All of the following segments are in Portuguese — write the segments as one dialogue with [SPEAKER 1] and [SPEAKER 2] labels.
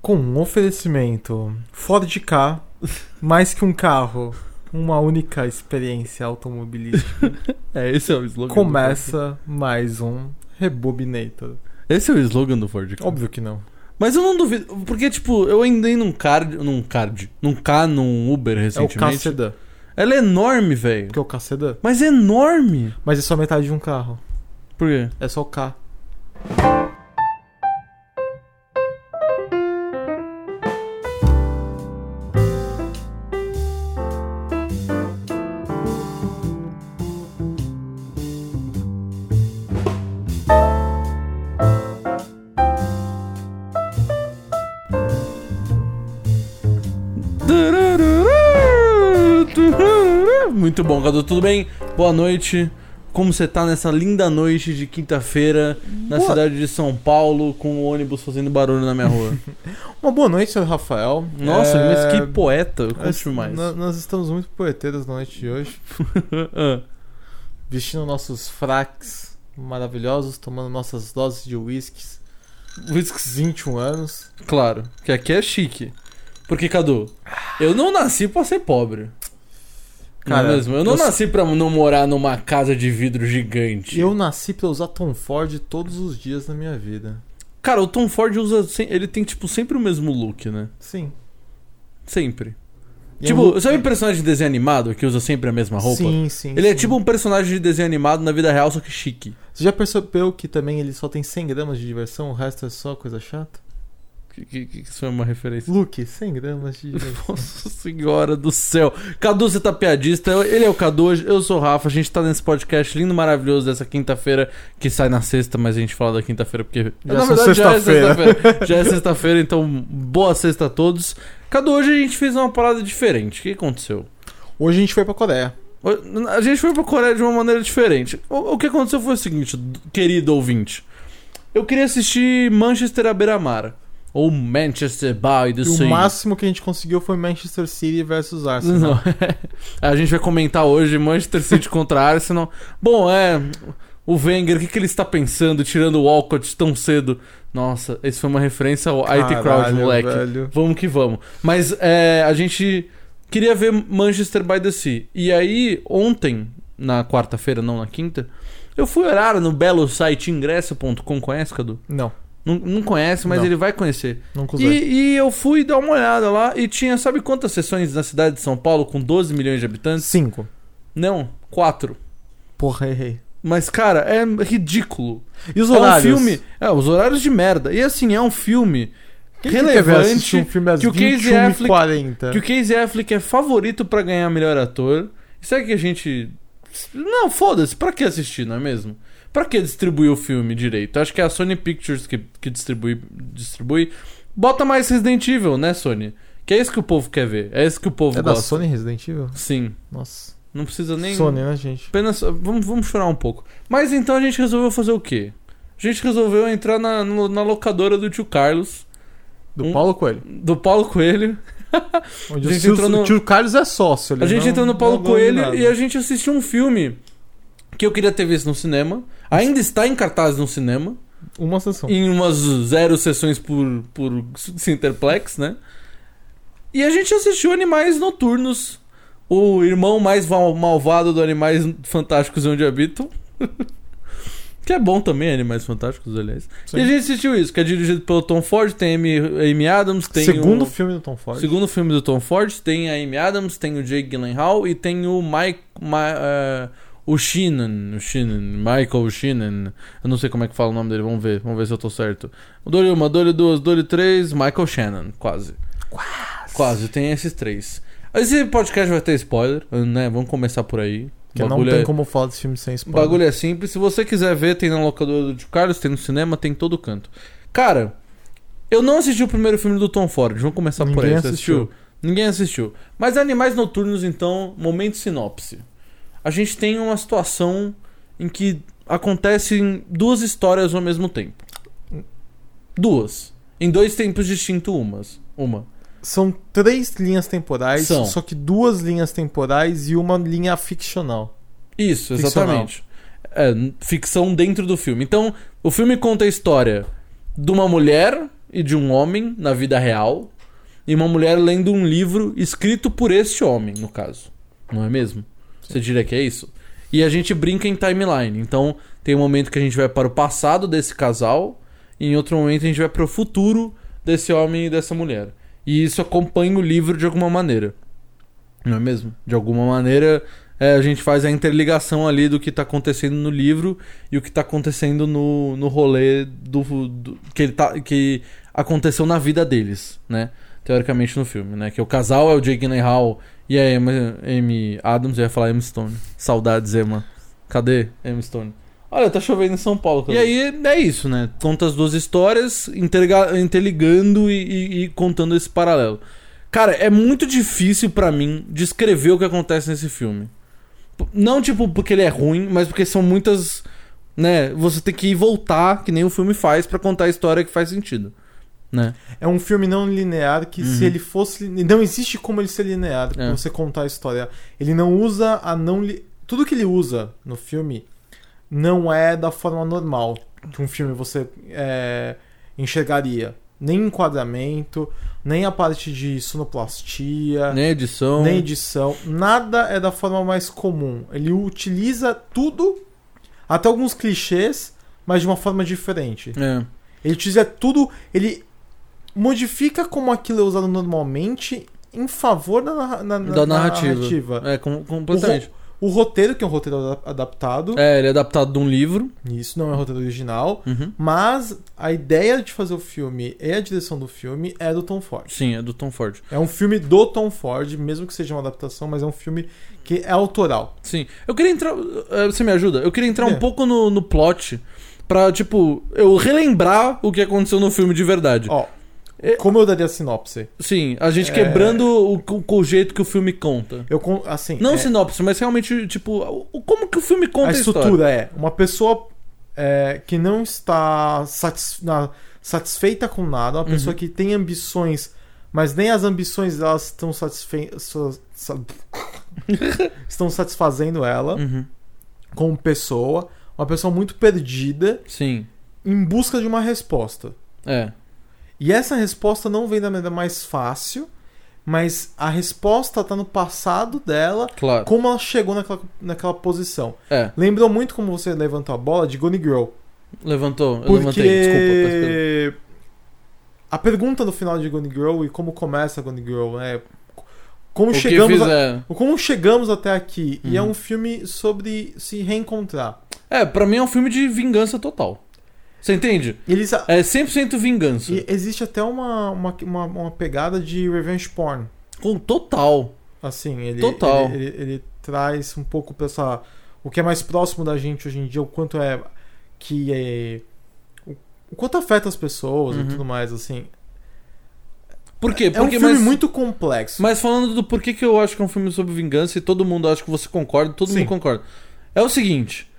[SPEAKER 1] com um oferecimento Ford K, mais que um carro, uma única experiência automobilística.
[SPEAKER 2] É, esse é o slogan. do Ford.
[SPEAKER 1] Começa mais um Rebobinator.
[SPEAKER 2] Esse é o slogan do Ford Ka.
[SPEAKER 1] Óbvio que não.
[SPEAKER 2] Mas eu não duvido. Porque, tipo, eu andei num card. Num card. Num K, num Uber
[SPEAKER 1] É o K
[SPEAKER 2] recentemente.
[SPEAKER 1] sedã.
[SPEAKER 2] Ela é enorme, velho.
[SPEAKER 1] Porque é o K sedã.
[SPEAKER 2] Mas é enorme.
[SPEAKER 1] Mas é só metade de um carro.
[SPEAKER 2] Por quê?
[SPEAKER 1] É só o K.
[SPEAKER 2] Muito bom, Cadu. Tudo bem? Boa noite. Como você tá nessa linda noite de quinta-feira na
[SPEAKER 1] Boa-
[SPEAKER 2] cidade de São Paulo com o ônibus fazendo barulho na minha rua?
[SPEAKER 1] Uma boa noite, senhor Rafael.
[SPEAKER 2] Nossa,
[SPEAKER 1] É,
[SPEAKER 2] mas que poeta. Conte
[SPEAKER 1] nós-
[SPEAKER 2] mais.
[SPEAKER 1] nó- Nós estamos muito poeteiros na noite de hoje,
[SPEAKER 2] Ah.
[SPEAKER 1] vestindo nossos fraques maravilhosos, tomando nossas doses de uísques. Uísques 21 anos.
[SPEAKER 2] Claro, que aqui é chique. Porque, Cadu, eu não nasci pra ser pobre. não
[SPEAKER 1] Cara,
[SPEAKER 2] é mesmo? Eu não
[SPEAKER 1] eu-
[SPEAKER 2] nasci pra não morar numa casa de vidro gigante.
[SPEAKER 1] Eu nasci pra usar Tom Ford todos os dias na minha vida.
[SPEAKER 2] Cara, o Tom Ford usa. sem- Ele tem, tipo, sempre o mesmo look, né?
[SPEAKER 1] Sim.
[SPEAKER 2] Sempre.
[SPEAKER 1] E é
[SPEAKER 2] tipo,
[SPEAKER 1] muito-
[SPEAKER 2] sabe o personagem de desenho animado que usa sempre a mesma roupa?
[SPEAKER 1] Sim, sim.
[SPEAKER 2] Ele é
[SPEAKER 1] sim.
[SPEAKER 2] tipo um personagem de desenho animado na vida real, só que chique.
[SPEAKER 1] Você já percebeu que também ele só tem 100 gramas de diversão, o resto é só coisa chata?
[SPEAKER 2] Que, que, que isso foi uma referência.
[SPEAKER 1] Luke, 100 gramas de diversão.
[SPEAKER 2] Nossa senhora do céu. Cadu, você tá piadista. eu- Ele é o Cadu, hoje, eu sou o Rafa. A gente tá nesse podcast lindo, maravilhoso dessa quinta-feira, que sai na sexta, mas a gente fala da quinta-feira porque.
[SPEAKER 1] Já
[SPEAKER 2] na
[SPEAKER 1] são
[SPEAKER 2] verdade, já é
[SPEAKER 1] sexta-feira.
[SPEAKER 2] sexta-feira. já é sexta-feira, então boa sexta a todos. Cadu, hoje a gente fez uma parada diferente. O que aconteceu?
[SPEAKER 1] Hoje a gente foi pra Coreia.
[SPEAKER 2] O- A gente foi pra Coreia de uma maneira diferente. O, o que aconteceu foi o seguinte, d- querido ouvinte. Eu queria assistir Manchester à beira-mar. Ou Manchester by the
[SPEAKER 1] E
[SPEAKER 2] Sea.
[SPEAKER 1] o máximo que a gente conseguiu foi Manchester City versus Arsenal.
[SPEAKER 2] Não. A gente vai comentar hoje Manchester City contra Arsenal. Bom, é. O Wenger, o que, que ele está pensando tirando o Walcott tão cedo? Nossa, isso foi uma referência ao IT Crowd,
[SPEAKER 1] Caralho,
[SPEAKER 2] moleque.
[SPEAKER 1] velho.
[SPEAKER 2] Vamos que vamos. Mas é, a gente queria ver Manchester by the Sea. E aí, ontem, na quarta-feira, não na quinta, eu fui orar no belo site ingresso.com. Conhece, Cadu?
[SPEAKER 1] Não,
[SPEAKER 2] Não, não conhece, mas
[SPEAKER 1] Não.
[SPEAKER 2] ele vai conhecer.
[SPEAKER 1] nunca usei.
[SPEAKER 2] E, e eu fui dar uma olhada lá e tinha, sabe quantas sessões na cidade de São Paulo com 12 milhões de habitantes?
[SPEAKER 1] 5.
[SPEAKER 2] Não, quatro.
[SPEAKER 1] Porra, errei.
[SPEAKER 2] Mas, cara, é ridículo.
[SPEAKER 1] E os
[SPEAKER 2] É um
[SPEAKER 1] horários?
[SPEAKER 2] filme. É, os horários de merda. E assim, é um filme
[SPEAKER 1] Quem que quer ver assistir
[SPEAKER 2] relevante.
[SPEAKER 1] um filme às
[SPEAKER 2] que o Casey
[SPEAKER 1] 21 e
[SPEAKER 2] Affleck-
[SPEAKER 1] 40
[SPEAKER 2] Que o Casey Affleck é favorito pra ganhar melhor ator. Será que a gente. Não, foda-se, pra que assistir, não é mesmo? Pra que distribuir o filme direito? Acho que é a Sony Pictures que, que distribui, distribui. Bota mais Resident Evil, né, Sony? Que é isso que o povo quer ver. É isso que o povo
[SPEAKER 1] É da
[SPEAKER 2] gosta.
[SPEAKER 1] Sony Resident Evil?
[SPEAKER 2] Sim.
[SPEAKER 1] Nossa.
[SPEAKER 2] Não precisa nem.
[SPEAKER 1] Sony, né, gente?
[SPEAKER 2] Apenas. Vamos, vamos chorar um pouco. Mas então a gente resolveu fazer o quê? A gente resolveu entrar na, no- na locadora do tio Carlos,
[SPEAKER 1] Do
[SPEAKER 2] Um-
[SPEAKER 1] Paulo Coelho.
[SPEAKER 2] do Paulo Coelho.
[SPEAKER 1] Onde
[SPEAKER 2] A gente
[SPEAKER 1] o, tio,
[SPEAKER 2] entrou no-
[SPEAKER 1] o tio Carlos é sócio. ele
[SPEAKER 2] A gente
[SPEAKER 1] não-
[SPEAKER 2] entrou no Paulo
[SPEAKER 1] não gosta de
[SPEAKER 2] Coelho
[SPEAKER 1] nada.
[SPEAKER 2] e a gente assistiu um filme que eu queria ter visto no cinema. Ainda está em cartaz no cinema.
[SPEAKER 1] Uma sessão.
[SPEAKER 2] Em umas zero sessões por, por Cinterplex, né? E a gente assistiu Animais Noturnos. O irmão mais val- malvado do Animais Fantásticos e Onde Habitam. que é bom também, Animais Fantásticos, aliás.
[SPEAKER 1] Sim.
[SPEAKER 2] E a gente assistiu isso, que é dirigido pelo Tom Ford, tem Amy, Amy Adams, tem
[SPEAKER 1] Segundo
[SPEAKER 2] o...
[SPEAKER 1] filme do Tom Ford.
[SPEAKER 2] Segundo filme do Tom Ford, tem a Amy Adams, tem o Jake Gyllenhaal e tem o Mike... Ma- eh, o Shannon, o Shannon, Michael Shannon. Eu não sei como é que fala o nome dele, vamos ver, vamos ver se eu tô certo. Dole uma, dole duas, dole três, Michael Shannon, quase. Quase. Quase, tem esses três. Esse podcast vai ter spoiler, né? Vamos começar por aí.
[SPEAKER 1] Que não
[SPEAKER 2] Bagulho
[SPEAKER 1] tem
[SPEAKER 2] é-
[SPEAKER 1] como falar desse filme sem
[SPEAKER 2] o
[SPEAKER 1] spoiler.
[SPEAKER 2] bagulho é simples. Se você quiser ver, tem na locadora do Tio Carlos, tem no cinema, tem em todo canto. Cara, eu não assisti o primeiro filme do Tom Ford. Vamos começar por aí.
[SPEAKER 1] Ninguém
[SPEAKER 2] Você assistiu?
[SPEAKER 1] assistiu.
[SPEAKER 2] Ninguém assistiu. Mas Animais Noturnos, então, momento sinopse. A gente tem uma situação em que acontecem duas histórias ao mesmo tempo. Duas. Em dois tempos distintos, umas. Uma.
[SPEAKER 1] São três linhas temporais,
[SPEAKER 2] São.
[SPEAKER 1] só que duas linhas temporais e uma linha ficcional.
[SPEAKER 2] Isso,
[SPEAKER 1] Ficcional.
[SPEAKER 2] exatamente. É, n- ficção dentro do filme. Então, o filme conta a história de uma mulher e de um homem na vida real e uma mulher lendo um livro escrito por este homem, no caso. Não é mesmo? Você diria que é isso? E a gente brinca em timeline. Então, tem um momento que a gente vai para o passado desse casal e em outro momento a gente vai para o futuro desse homem e dessa mulher. E isso acompanha o livro de alguma maneira. Não é mesmo? De alguma maneira, é, a gente faz a interligação ali do que tá acontecendo no livro e o que tá acontecendo no, no rolê do, do- que, ele tá, que aconteceu na vida deles, né? Teoricamente no filme, né? Que o casal é o Jake Gyllenhaal e a Emma, Amy Adams, eu ia falar Emma Stone. Saudades, Emma. Cadê Emma Stone? Olha, tá chovendo em São Paulo. E aí é isso, né? Conta as duas histórias, interga- interligando e, e- e contando esse paralelo. Cara, é muito difícil pra mim descrever o que acontece nesse filme. P- Não, tipo, porque ele é ruim, mas porque são muitas. Né? Você tem que ir voltar, que nem o filme faz, pra contar a história que faz sentido. Né?
[SPEAKER 1] É um filme não linear que se ele fosse. line- Não existe como ele ser linear, pra
[SPEAKER 2] É.
[SPEAKER 1] você contar a história. Ele não usa a não. Li... Tudo que ele usa no filme não é da forma normal que um filme você é, enxergaria. Nem enquadramento, nem a parte de sonoplastia,
[SPEAKER 2] Nem edição.
[SPEAKER 1] É. nem edição. Nada é da forma mais comum. Ele utiliza tudo, até alguns clichês, mas de uma forma diferente.
[SPEAKER 2] É.
[SPEAKER 1] Ele utiliza tudo, ele modifica como aquilo é usado normalmente em favor da, narra- na- na-
[SPEAKER 2] Da narrativa.
[SPEAKER 1] narrativa.
[SPEAKER 2] É, com-
[SPEAKER 1] O,
[SPEAKER 2] completamente.
[SPEAKER 1] ro- o roteiro, que é um roteiro ada- adaptado,
[SPEAKER 2] É, ele é adaptado de um livro.
[SPEAKER 1] isso não é roteiro original,
[SPEAKER 2] Uhum.
[SPEAKER 1] mas a ideia de fazer o filme e a direção do filme é do Tom Ford.
[SPEAKER 2] Sim, é do Tom Ford.
[SPEAKER 1] É um filme do Tom Ford, mesmo que seja uma adaptação, mas é um filme que é autoral.
[SPEAKER 2] Sim. Eu queria entrar. eh, Você me ajuda? Eu queria entrar
[SPEAKER 1] É.
[SPEAKER 2] um pouco no, no plot pra, tipo, eu relembrar o que aconteceu no filme de verdade.
[SPEAKER 1] Ó,
[SPEAKER 2] É-
[SPEAKER 1] como eu daria a sinopse?
[SPEAKER 2] Sim, a gente
[SPEAKER 1] É.
[SPEAKER 2] quebrando o, o, o jeito que o filme conta.
[SPEAKER 1] Eu, con- assim,
[SPEAKER 2] Não
[SPEAKER 1] é-
[SPEAKER 2] sinopse, mas realmente, tipo, o- como que o filme conta a,
[SPEAKER 1] a
[SPEAKER 2] história?
[SPEAKER 1] estrutura Ah, é uma pessoa é, que não está satis- na- satisfeita com nada, uma
[SPEAKER 2] Uhum.
[SPEAKER 1] pessoa que tem ambições, mas nem as ambições delas estão satisfeitas. estão satisfazendo ela
[SPEAKER 2] Uhum.
[SPEAKER 1] como pessoa. Uma pessoa muito perdida
[SPEAKER 2] Sim.
[SPEAKER 1] em busca de uma resposta.
[SPEAKER 2] É.
[SPEAKER 1] E essa resposta não vem da maneira mais fácil, mas a resposta está no passado dela,
[SPEAKER 2] Claro.
[SPEAKER 1] como ela chegou naquela, naquela posição.
[SPEAKER 2] É.
[SPEAKER 1] Lembrou muito como você levantou a bola de Gone Girl.
[SPEAKER 2] Levantou. Eu
[SPEAKER 1] Porque
[SPEAKER 2] levantei, desculpa. peço perdão.
[SPEAKER 1] a pergunta no final de Gone Girl e como começa Gone Girl é como
[SPEAKER 2] O que
[SPEAKER 1] chegamos a-
[SPEAKER 2] fizer.
[SPEAKER 1] como chegamos até aqui e é
[SPEAKER 2] Uhum.
[SPEAKER 1] um filme sobre se reencontrar.
[SPEAKER 2] É, pra mim é um filme de vingança total. Você entende?
[SPEAKER 1] Eles a-
[SPEAKER 2] É 100% vingança.
[SPEAKER 1] e existe até uma, uma, uma, uma pegada de revenge porn.
[SPEAKER 2] Com total.
[SPEAKER 1] Assim, ele,
[SPEAKER 2] Total.
[SPEAKER 1] ele, ele- ele traz um pouco pra essa. O que é mais próximo da gente hoje em dia, o quanto é. Que é. O, o quanto afeta as pessoas
[SPEAKER 2] Uhum.
[SPEAKER 1] e tudo mais, assim.
[SPEAKER 2] Por quê?
[SPEAKER 1] É um
[SPEAKER 2] Porque
[SPEAKER 1] filme
[SPEAKER 2] mas-
[SPEAKER 1] muito complexo.
[SPEAKER 2] Mas falando do porquê que eu acho que é um filme sobre vingança e todo mundo acha que você concorda, todo
[SPEAKER 1] Sim.
[SPEAKER 2] mundo concorda. É o seguinte.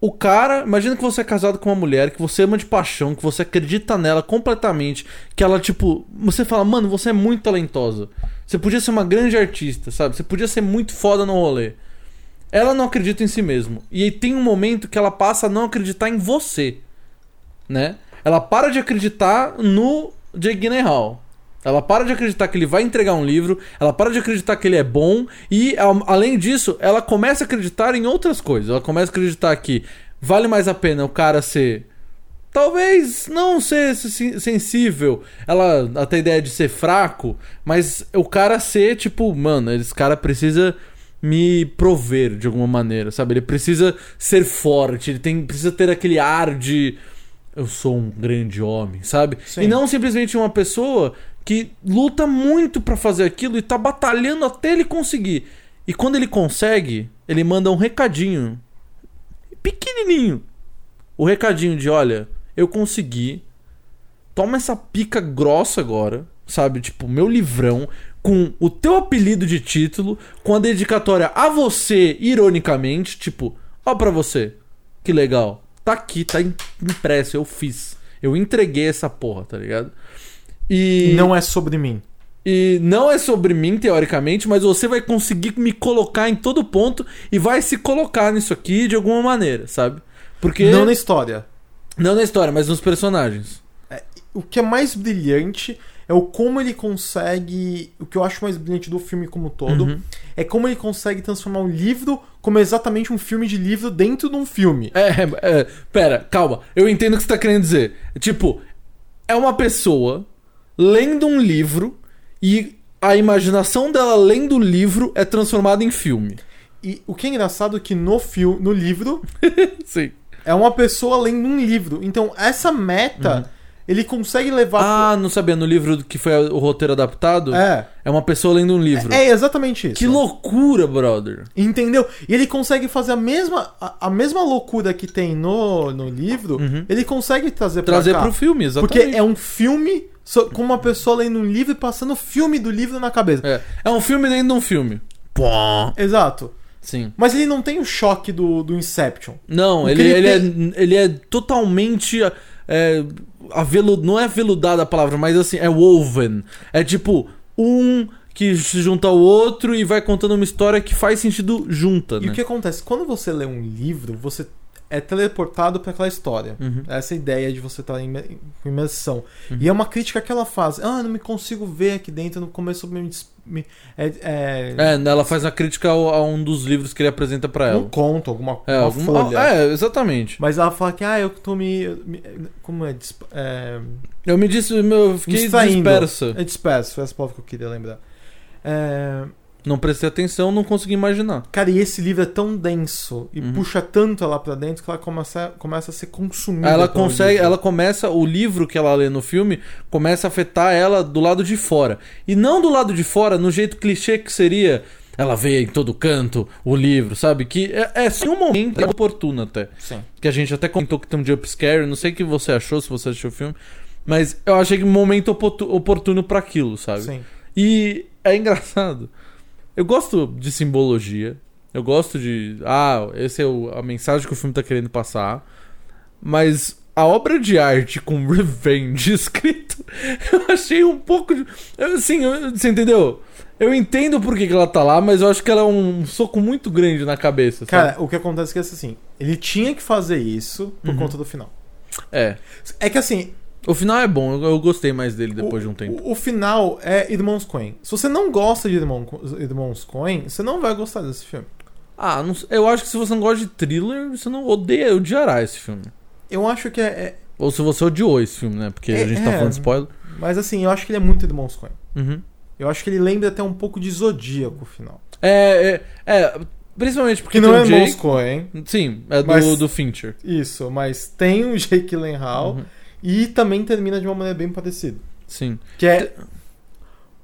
[SPEAKER 2] O cara, imagina que você é casado com uma mulher que você ama de paixão, que você acredita nela completamente, que ela, tipo, você fala, mano, você é muito talentosa. Você podia ser uma grande artista, sabe? Você podia ser muito foda no rolê. Ela não acredita em si mesma. E aí tem um momento que ela passa a não acreditar em você. Né? Ela para de acreditar no Jake Gyllenhaal. Ela para de acreditar que ele vai entregar um livro, ela para de acreditar que ele é bom e a- além disso, ela começa a acreditar em outras coisas. Ela começa a acreditar que vale mais a pena o cara ser talvez não ser sen- sensível, ela até a ideia de ser fraco, mas o cara ser tipo, mano, esse cara precisa me prover de alguma maneira, sabe? Ele precisa ser forte, ele tem precisa ter aquele ar de eu sou um grande homem, sabe?
[SPEAKER 1] Sim.
[SPEAKER 2] E não simplesmente uma pessoa que luta muito pra fazer aquilo e tá batalhando até ele conseguir. E quando ele consegue, ele manda um recadinho pequenininho o recadinho de, olha, eu consegui. Toma essa pica grossa agora, sabe? Tipo, meu livrão com o teu apelido de título, com a dedicatória a você, ironicamente, tipo, ó pra você. Que legal. Tá aqui, tá im- impresso, eu fiz. Eu entreguei essa porra, tá ligado? E
[SPEAKER 1] Não é sobre mim.
[SPEAKER 2] e não é sobre mim, teoricamente, mas você vai conseguir me colocar em todo ponto e vai se colocar nisso aqui de alguma maneira, sabe? Porque
[SPEAKER 1] Não na história.
[SPEAKER 2] não na história, mas nos personagens.
[SPEAKER 1] o que é mais brilhante é o como ele consegue. O que eu acho mais brilhante do filme como um todo
[SPEAKER 2] Uhum.
[SPEAKER 1] é como ele consegue transformar um livro como exatamente um filme de livro dentro de um filme.
[SPEAKER 2] É, é, é, pera, calma. Eu entendo o que você tá querendo dizer. Tipo, é uma pessoa lendo um livro e a imaginação dela lendo o livro é transformada em filme.
[SPEAKER 1] E o que é engraçado é que no filme, no livro,
[SPEAKER 2] Sim.
[SPEAKER 1] é uma pessoa lendo um livro. Então essa meta ele consegue levar.
[SPEAKER 2] Uhum. Ah, não sabia. No livro que foi o roteiro adaptado, é,
[SPEAKER 1] é.
[SPEAKER 2] uma pessoa lendo um livro.
[SPEAKER 1] É exatamente isso.
[SPEAKER 2] que loucura, brother.
[SPEAKER 1] Entendeu? E ele consegue fazer a mesma, a, a mesma loucura que tem no, no livro, ele consegue trazer pra
[SPEAKER 2] Uhum. Trazer
[SPEAKER 1] cá.
[SPEAKER 2] pro filme, exatamente.
[SPEAKER 1] Porque é um filme so- com uma pessoa lendo um livro e passando o filme do livro na cabeça.
[SPEAKER 2] É, é um filme dentro de um filme. Pó.
[SPEAKER 1] Exato.
[SPEAKER 2] Sim.
[SPEAKER 1] Mas ele não tem o choque do, do Inception.
[SPEAKER 2] Não,
[SPEAKER 1] Porque
[SPEAKER 2] ele, ele,
[SPEAKER 1] ele
[SPEAKER 2] é, ele é totalmente. É, avelu, não é aveludada a palavra, mas assim, é woven. É tipo, um que se junta ao outro e vai contando uma história que faz sentido junta,
[SPEAKER 1] E
[SPEAKER 2] né?
[SPEAKER 1] o que acontece? Quando você lê um livro, você é teleportado para aquela história.
[SPEAKER 2] Uhum.
[SPEAKER 1] É Essa ideia de você estar em imer- em imersão. E é uma crítica que ela faz. Ah, não me consigo ver aqui dentro, não começou a me. des- me- é- é-
[SPEAKER 2] É, ela faz uma crítica ao- a um dos livros que ele apresenta pra
[SPEAKER 1] um
[SPEAKER 2] ela.
[SPEAKER 1] conto, alguma
[SPEAKER 2] É,
[SPEAKER 1] uma
[SPEAKER 2] algum-
[SPEAKER 1] folha.
[SPEAKER 2] é, exatamente.
[SPEAKER 1] Mas ela fala que, ah, eu tô me. me- como é? Disp é
[SPEAKER 2] Eu me disse, meu, eu fiquei
[SPEAKER 1] distraindo.
[SPEAKER 2] dispersa.
[SPEAKER 1] É disperso, foi essa palavra que eu queria lembrar. É,
[SPEAKER 2] Não prestei atenção, não consegui imaginar.
[SPEAKER 1] cara, e esse livro é tão denso e
[SPEAKER 2] Uhum.
[SPEAKER 1] puxa tanto ela pra dentro que ela começa, começa a ser consumida.
[SPEAKER 2] Aí ela
[SPEAKER 1] pelo
[SPEAKER 2] consegue,
[SPEAKER 1] livro.
[SPEAKER 2] ela começa o livro que ela lê no filme começa a afetar ela do lado de fora e não do lado de fora no jeito clichê que seria. Ela vê em todo canto o livro, sabe? Que é, é sim um momento é oportuno até.
[SPEAKER 1] Sim.
[SPEAKER 2] Que a gente até comentou que tem um jumpscare, não sei o que você achou, se você assistiu o filme, mas eu achei que um momento oportu- oportuno pra aquilo, sabe?
[SPEAKER 1] Sim.
[SPEAKER 2] E é engraçado. Eu gosto de simbologia. Eu gosto de. Ah, essa é o- a mensagem que o filme tá querendo passar. Mas a obra de arte com revenge escrito, eu achei um pouco. de- eu, Assim, eu- você entendeu? Eu entendo por que, que ela tá lá, mas eu acho que ela é um soco muito grande na cabeça. sabe?
[SPEAKER 1] Cara, o que acontece é que assim, ele tinha que fazer isso por
[SPEAKER 2] Uhum.
[SPEAKER 1] conta do final.
[SPEAKER 2] É.
[SPEAKER 1] É que assim,
[SPEAKER 2] O final é bom, eu, eu gostei mais dele depois de um tempo.
[SPEAKER 1] o, o final é Irmãos Coen. Se você não gosta de Irmão- Irmãos Coen, você não vai gostar desse filme.
[SPEAKER 2] Ah, não sei- eu acho que se você não gosta de thriller, você não odeia, odiará esse filme.
[SPEAKER 1] Eu acho que é, é-
[SPEAKER 2] Ou se você odiou esse filme, né? Porque a
[SPEAKER 1] É,
[SPEAKER 2] gente tá
[SPEAKER 1] é.
[SPEAKER 2] falando de spoiler.
[SPEAKER 1] Mas assim, eu acho que ele é muito Irmãos Coen.
[SPEAKER 2] Uhum.
[SPEAKER 1] Eu acho que ele lembra até um pouco de Zodíaco o final.
[SPEAKER 2] É, é, é, principalmente porque
[SPEAKER 1] Que não
[SPEAKER 2] tem
[SPEAKER 1] é
[SPEAKER 2] o
[SPEAKER 1] Irmãos
[SPEAKER 2] Jake.
[SPEAKER 1] Coen.
[SPEAKER 2] Sim, é do,
[SPEAKER 1] Mas-
[SPEAKER 2] do Fincher.
[SPEAKER 1] Isso, mas tem o Jake Lenhal
[SPEAKER 2] Uhum.
[SPEAKER 1] e também termina de uma maneira bem parecida.
[SPEAKER 2] Sim.
[SPEAKER 1] Que é,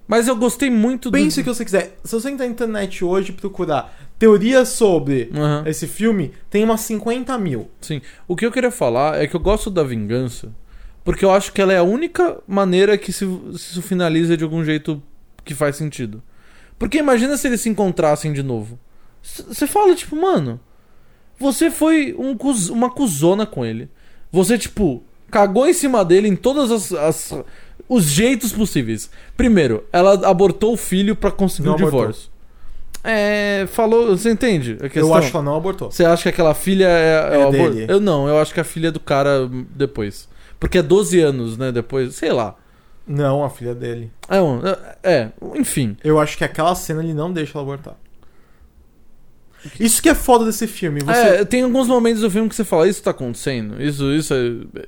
[SPEAKER 2] Mas eu gostei muito
[SPEAKER 1] pense o
[SPEAKER 2] do.
[SPEAKER 1] que você quiser. Se você entrar na internet hoje e procurar teorias sobre
[SPEAKER 2] Aham,
[SPEAKER 1] esse filme, tem umas 50 mil.
[SPEAKER 2] sim. O que eu queria falar é que eu gosto da vingança. Porque eu acho que ela é a única maneira que se, se finaliza de algum jeito que faz sentido. Porque imagina se eles se encontrassem de novo. Você fala, tipo, mano. Você foi um cuz- uma cuzona com ele. Você, tipo, cagou em cima dele em todas as. as- os jeitos possíveis. Primeiro, ela abortou o filho pra conseguir
[SPEAKER 1] Não
[SPEAKER 2] o
[SPEAKER 1] abortou.
[SPEAKER 2] divórcio. É. Falou. Você entende? A questão?
[SPEAKER 1] Eu acho que ela não abortou.
[SPEAKER 2] Você acha que aquela filha é,
[SPEAKER 1] É
[SPEAKER 2] o
[SPEAKER 1] dele.
[SPEAKER 2] aborto? Eu não, eu acho que a filha é do cara hum, depois. Porque é 12 anos, né? Depois, sei lá.
[SPEAKER 1] Não, a filha dele.
[SPEAKER 2] É, um- é, é, enfim.
[SPEAKER 1] Eu acho que aquela cena ele não deixa ela abortar. Isso que é foda desse filme. Você,
[SPEAKER 2] É, tem alguns momentos do filme que você fala, isso tá acontecendo? Isso, isso é.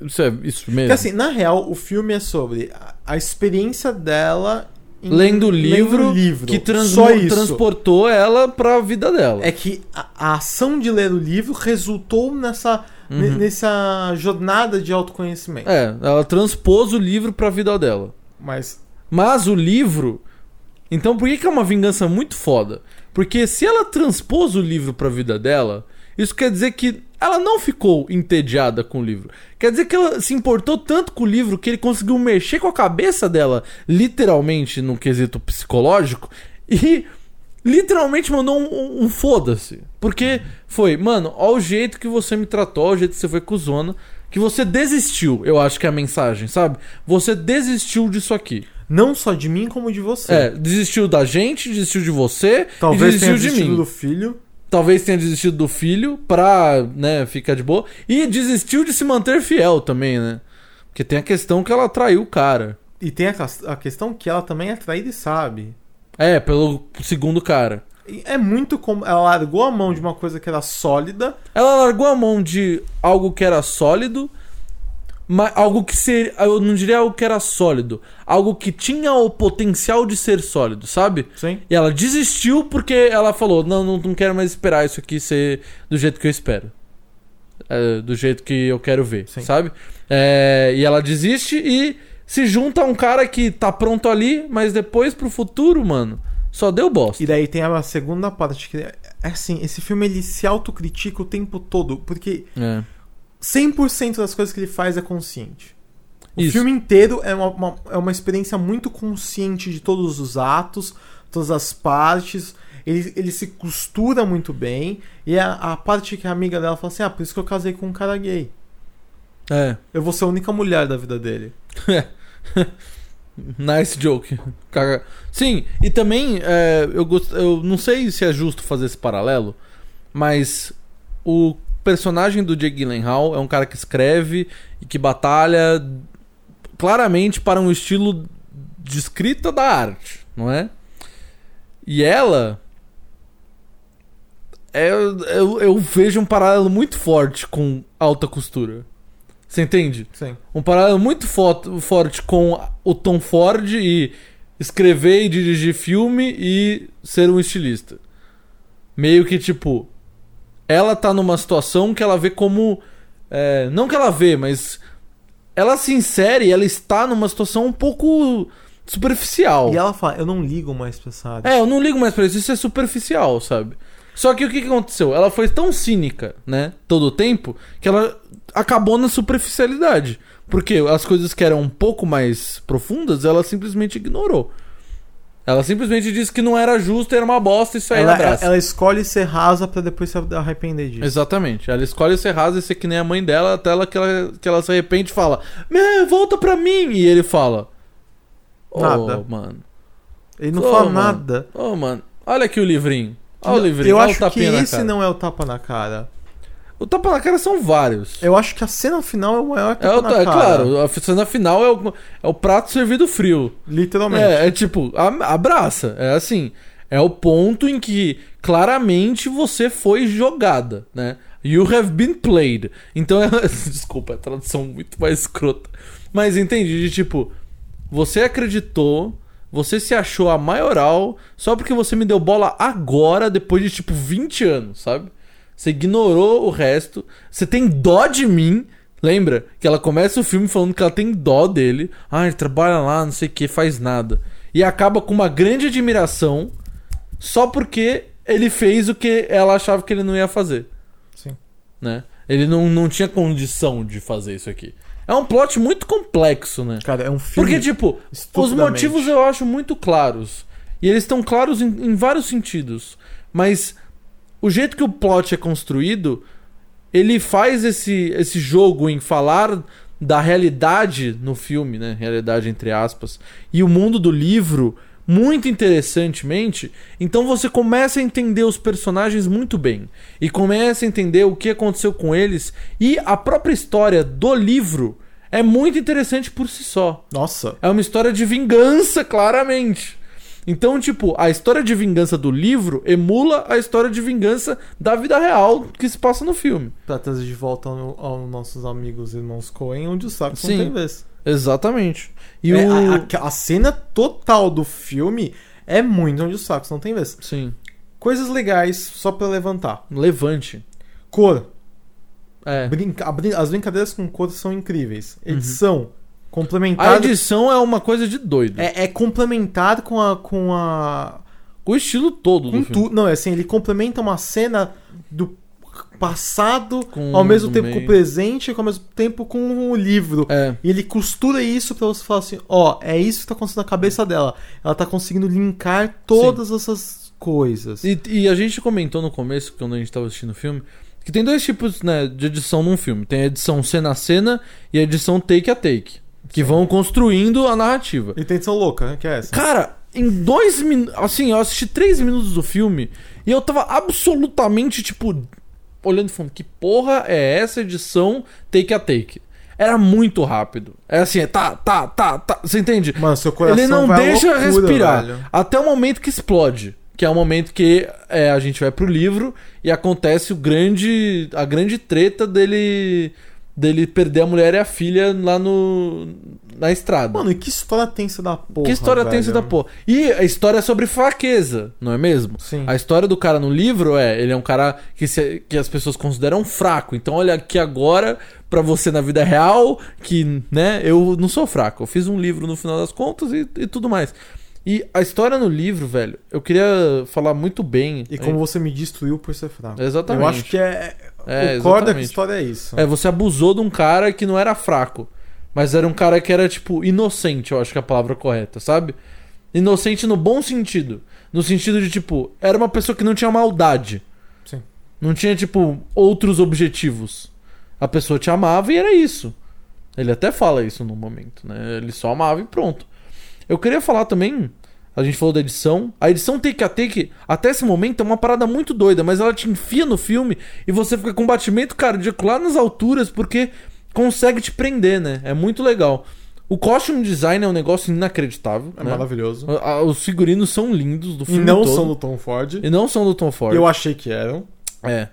[SPEAKER 2] Isso é isso mesmo.
[SPEAKER 1] Porque assim, na real, o filme é sobre a, a experiência dela em-
[SPEAKER 2] lendo o livro,
[SPEAKER 1] o livro.
[SPEAKER 2] que trans-
[SPEAKER 1] Só isso.
[SPEAKER 2] transportou ela pra vida dela.
[SPEAKER 1] É que a, a ação de ler o livro resultou nessa, ne- nessa jornada de autoconhecimento.
[SPEAKER 2] Uhum. É, ela transpôs o livro pra vida dela.
[SPEAKER 1] Mas
[SPEAKER 2] Mas o livro. Então por que, que é uma vingança muito foda? Porque se ela transpôs o livro pra vida dela, isso quer dizer que ela não ficou entediada com o livro. Quer dizer que ela se importou tanto com o livro que ele conseguiu mexer com a cabeça dela, literalmente no quesito psicológico, e literalmente mandou um, um- um foda-se. Porque foi, mano, ó o jeito que você me tratou, ó o jeito que você foi cuzona, que você desistiu, eu acho que é a mensagem, sabe? Você desistiu disso aqui.
[SPEAKER 1] não só de mim, como de você.
[SPEAKER 2] É, desistiu da gente, desistiu de você
[SPEAKER 1] Talvez
[SPEAKER 2] e
[SPEAKER 1] tenha
[SPEAKER 2] desistiu de
[SPEAKER 1] desistido
[SPEAKER 2] mim.
[SPEAKER 1] do filho.
[SPEAKER 2] Talvez tenha desistido do filho pra, né, ficar de boa. E desistiu de se manter fiel também, né? Porque tem a questão que ela traiu o cara.
[SPEAKER 1] E tem a, cas- a questão que ela também é traída e sabe.
[SPEAKER 2] É, pelo segundo cara.
[SPEAKER 1] E É muito como. Ela largou a mão de uma coisa que era sólida.
[SPEAKER 2] Ela largou a mão de algo que era sólido, mas algo que ser, eu não diria algo que era sólido, algo que tinha o potencial de ser sólido, sabe?
[SPEAKER 1] Sim.
[SPEAKER 2] E ela desistiu porque ela falou: não, não, não quero mais esperar isso aqui ser do jeito que eu espero. É, do jeito que eu quero ver,
[SPEAKER 1] Sim.
[SPEAKER 2] sabe? É, e ela desiste e se junta a um cara que tá pronto ali, mas depois pro futuro, mano, só deu bosta.
[SPEAKER 1] E daí tem a segunda parte que é é assim, esse filme ele se autocritica o tempo todo, porque
[SPEAKER 2] É.
[SPEAKER 1] 100% das coisas que ele faz é consciente. O
[SPEAKER 2] Isso.
[SPEAKER 1] filme inteiro é uma, uma- é uma experiência muito consciente de todos os atos, todas as partes. Ele, ele se costura muito bem. E a, a parte que a amiga dela fala assim: Ah, por isso que eu casei com um cara gay.
[SPEAKER 2] É.
[SPEAKER 1] Eu vou ser a única mulher da vida dele.
[SPEAKER 2] Nice joke. Caga. Sim, e também é, eu, gost... eu não sei se é justo fazer esse paralelo, mas o personagem do Jake Gyllenhaal é um cara que escreve e que batalha claramente para um estilo de escrita da arte, não é? E ela. é- eu, eu vejo um paralelo muito forte com alta costura. Você entende?
[SPEAKER 1] Sim.
[SPEAKER 2] um paralelo muito fo- forte com o Tom Ford e escrever e dirigir filme e ser um estilista. Meio que tipo, ela tá numa situação que ela vê como. é, não que ela vê, mas ela se insere, ela está numa situação um pouco superficial.
[SPEAKER 1] E ela fala: Eu não ligo mais pra essa área.
[SPEAKER 2] Oh. É, eu não ligo mais pra isso, isso é superficial, sabe? Só que o que, que aconteceu? Ela foi tão cínica, né, todo o tempo, que ela acabou na superficialidade. Porque as coisas que eram um pouco mais profundas, ela simplesmente ignorou. Ela simplesmente disse que não era justo, era uma bosta e saiu
[SPEAKER 1] ela,
[SPEAKER 2] na praça.
[SPEAKER 1] ela escolhe ser rasa pra depois se arrepender disso.
[SPEAKER 2] Exatamente. Ela escolhe ser rasa e ser que nem a mãe dela, até ela, que, ela, que ela se arrepende e fala: Mãe, volta pra mim! E ele fala: Ô,
[SPEAKER 1] Nada.
[SPEAKER 2] mano.
[SPEAKER 1] Ele não
[SPEAKER 2] Ô,
[SPEAKER 1] fala
[SPEAKER 2] mano.
[SPEAKER 1] nada.
[SPEAKER 2] Ô, mano. Olha aqui o livrinho. Olha o livrinho.
[SPEAKER 1] Eu
[SPEAKER 2] olha
[SPEAKER 1] acho
[SPEAKER 2] o tapinha
[SPEAKER 1] que
[SPEAKER 2] na
[SPEAKER 1] esse
[SPEAKER 2] cara.
[SPEAKER 1] não é o tapa na cara.
[SPEAKER 2] O tapa na cara são vários.
[SPEAKER 1] Eu acho que a cena final é o maior
[SPEAKER 2] É,
[SPEAKER 1] tapa
[SPEAKER 2] o-
[SPEAKER 1] na cara.
[SPEAKER 2] é claro, a cena final é o, é o prato servido frio.
[SPEAKER 1] Literalmente.
[SPEAKER 2] É, é tipo, a- abraça. É assim. É o ponto em que claramente você foi jogada, né? You have been played. Então, é, desculpa, é a tradução muito mais escrota. Mas entendi, de tipo, você acreditou, você se achou a maioral só porque você me deu bola agora, depois de tipo 20 anos, sabe? Você ignorou o resto, você tem dó de mim. Lembra? Que ela começa o filme falando que ela tem dó dele. Ah, ele trabalha lá, não sei o que, faz nada. E acaba com uma grande admiração só porque ele fez o que ela achava que ele não ia fazer
[SPEAKER 1] Sim.
[SPEAKER 2] né? Ele não, não tinha condição de fazer isso aqui. É um plot muito complexo, né?
[SPEAKER 1] Cara, é um filme.
[SPEAKER 2] Porque, tipo, os
[SPEAKER 1] estupidamente.
[SPEAKER 2] motivos eu acho muito claros. E eles estão claros em, em vários sentidos. Mas o jeito que o plot é construído, ele faz esse, esse jogo em falar da realidade no filme, né? Realidade entre aspas. E o mundo do livro muito interessantemente. Então você começa a entender os personagens muito bem. E começa a entender o que aconteceu com eles. E a própria história do livro é muito interessante por si só.
[SPEAKER 1] Nossa.
[SPEAKER 2] É uma história de vingança, claramente. Então, tipo, a história de vingança do livro emula a história de vingança da vida real que se passa no filme.
[SPEAKER 1] Pra trazer de volta ao- aos nossos amigos e irmãos Coen, onde o saco
[SPEAKER 2] Sim.
[SPEAKER 1] não tem vez.
[SPEAKER 2] Exatamente. E
[SPEAKER 1] É,
[SPEAKER 2] o.
[SPEAKER 1] a- a, a cena total do filme é muito onde o saco não tem vez.
[SPEAKER 2] Sim.
[SPEAKER 1] Coisas legais, só pra levantar.
[SPEAKER 2] Levante.
[SPEAKER 1] Cor.
[SPEAKER 2] É.
[SPEAKER 1] Brinca- a brin- as brincadeiras com cor são incríveis.
[SPEAKER 2] Uhum.
[SPEAKER 1] Edição.
[SPEAKER 2] A
[SPEAKER 1] Complementar.
[SPEAKER 2] edição é uma coisa de doido.
[SPEAKER 1] É, é complementar com a. Com a
[SPEAKER 2] O estilo todo
[SPEAKER 1] com
[SPEAKER 2] do filme.
[SPEAKER 1] tu, não, é assim, ele complementa uma cena do passado
[SPEAKER 2] Com-
[SPEAKER 1] ao mesmo
[SPEAKER 2] no
[SPEAKER 1] tempo com
[SPEAKER 2] Um meio.
[SPEAKER 1] o presente e ao mesmo tempo com o livro.
[SPEAKER 2] É.
[SPEAKER 1] E ele costura isso pra você falar assim, ó, é isso que tá acontecendo na cabeça dela. Ela tá conseguindo linkar todas essas coisas.
[SPEAKER 2] E, e a gente comentou no começo, quando a gente tava assistindo o filme, que tem dois tipos né, de edição num filme. Tem a edição cena a cena e a edição take a take. Que vão construindo a narrativa.
[SPEAKER 1] Intenção louca, né? Que é essa?
[SPEAKER 2] Cara, em dois minutos. Assim, eu assisti três minutos do filme e eu tava absolutamente, tipo, olhando e falando, que porra é essa edição take a take? Era muito rápido. Era assim, é tá, tá, tá, tá. Você entende?
[SPEAKER 1] Mano, seu coração
[SPEAKER 2] Ele não
[SPEAKER 1] vai à
[SPEAKER 2] deixa
[SPEAKER 1] loucura,
[SPEAKER 2] respirar.
[SPEAKER 1] velho.
[SPEAKER 2] Até o momento que explode. Que é o momento que é, a gente vai pro livro e acontece o grande. a grande treta dele. dele perder a mulher e a filha lá no. na estrada.
[SPEAKER 1] Mano, e que história tensa da porra.
[SPEAKER 2] que história
[SPEAKER 1] velho?
[SPEAKER 2] tensa da porra. E a história é sobre fraqueza, não é mesmo?
[SPEAKER 1] Sim.
[SPEAKER 2] A história do cara no livro é, ele é um cara que, se- que as pessoas consideram fraco. Então olha aqui agora pra você na vida real que, né, eu não sou fraco. Eu fiz um livro no final das contas e, e tudo mais. E a história no livro, velho, eu queria falar muito bem.
[SPEAKER 1] E como você me destruiu por ser fraco.
[SPEAKER 2] Exatamente.
[SPEAKER 1] Eu acho que é.
[SPEAKER 2] É,
[SPEAKER 1] o core da
[SPEAKER 2] exatamente.
[SPEAKER 1] história é isso.
[SPEAKER 2] É, você abusou de um cara que não era fraco, mas era um cara que era, tipo, inocente, eu acho que é a palavra correta, sabe? Inocente no bom sentido. No sentido de, tipo, era uma pessoa que não tinha maldade.
[SPEAKER 1] Sim.
[SPEAKER 2] Não tinha, tipo, outros objetivos. A pessoa te amava e era isso. Ele até fala isso no momento, né? Ele só amava e pronto. Eu queria falar também. A gente falou da edição. A edição take a take, até esse momento, é uma parada muito doida, mas ela te enfia no filme e você fica com batimento cardíaco lá nas alturas porque consegue te prender, né? É muito legal. O costume design é um negócio inacreditável.
[SPEAKER 1] É
[SPEAKER 2] né?
[SPEAKER 1] maravilhoso.
[SPEAKER 2] A- a- Os figurinos são lindos do
[SPEAKER 1] E
[SPEAKER 2] filme.
[SPEAKER 1] não
[SPEAKER 2] todo.
[SPEAKER 1] são do Tom Ford.
[SPEAKER 2] E não são do Tom Ford.
[SPEAKER 1] Eu achei que eram.
[SPEAKER 2] É.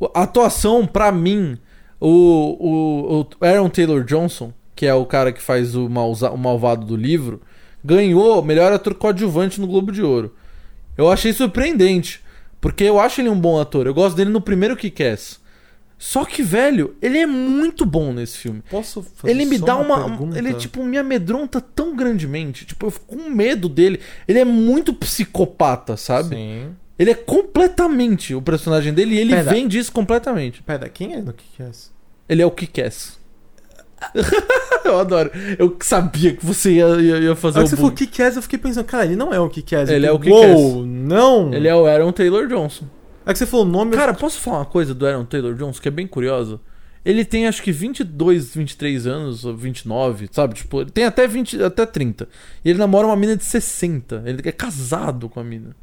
[SPEAKER 2] O- A atuação, pra mim, o, o, o Aaron Taylor Johnson, que é o cara que faz o, mausa- o malvado do livro, ganhou melhor ator coadjuvante no Globo de Ouro. Eu achei surpreendente, porque eu acho ele um bom ator. Eu gosto dele no primeiro Kick-Ass. Só que, velho, ele é muito bom nesse filme.
[SPEAKER 1] Posso fazer
[SPEAKER 2] Ele me
[SPEAKER 1] só
[SPEAKER 2] dá uma.
[SPEAKER 1] pergunta?
[SPEAKER 2] Ele, tipo, me amedronta tão grandemente. Tipo, eu fico com medo dele. Ele é muito psicopata, sabe?
[SPEAKER 1] Sim.
[SPEAKER 2] Ele é completamente o personagem dele e ele
[SPEAKER 1] Pera.
[SPEAKER 2] vem disso completamente.
[SPEAKER 1] Pera, quem é no que que é esse?
[SPEAKER 2] Ele é o Kick-Ass. eu adoro. Eu sabia que você ia, ia, ia
[SPEAKER 1] Na
[SPEAKER 2] fazer
[SPEAKER 1] hora
[SPEAKER 2] o
[SPEAKER 1] que você falou
[SPEAKER 2] bug.
[SPEAKER 1] Kikaz, eu fiquei pensando, cara, ele não é o Kikaz.
[SPEAKER 2] Ele é o Kick-Ass.
[SPEAKER 1] Uou, não!
[SPEAKER 2] Ele é o Aaron Taylor Johnson.
[SPEAKER 1] É que você falou o nome.
[SPEAKER 2] Cara, posso falar uma coisa do Aaron Taylor Johnson que é bem curiosa? Ele tem acho que 22, 23 anos, ou 29, sabe? Tipo, ele tem até 20, até 30. E ele namora uma mina de 60. Ele é casado com a mina.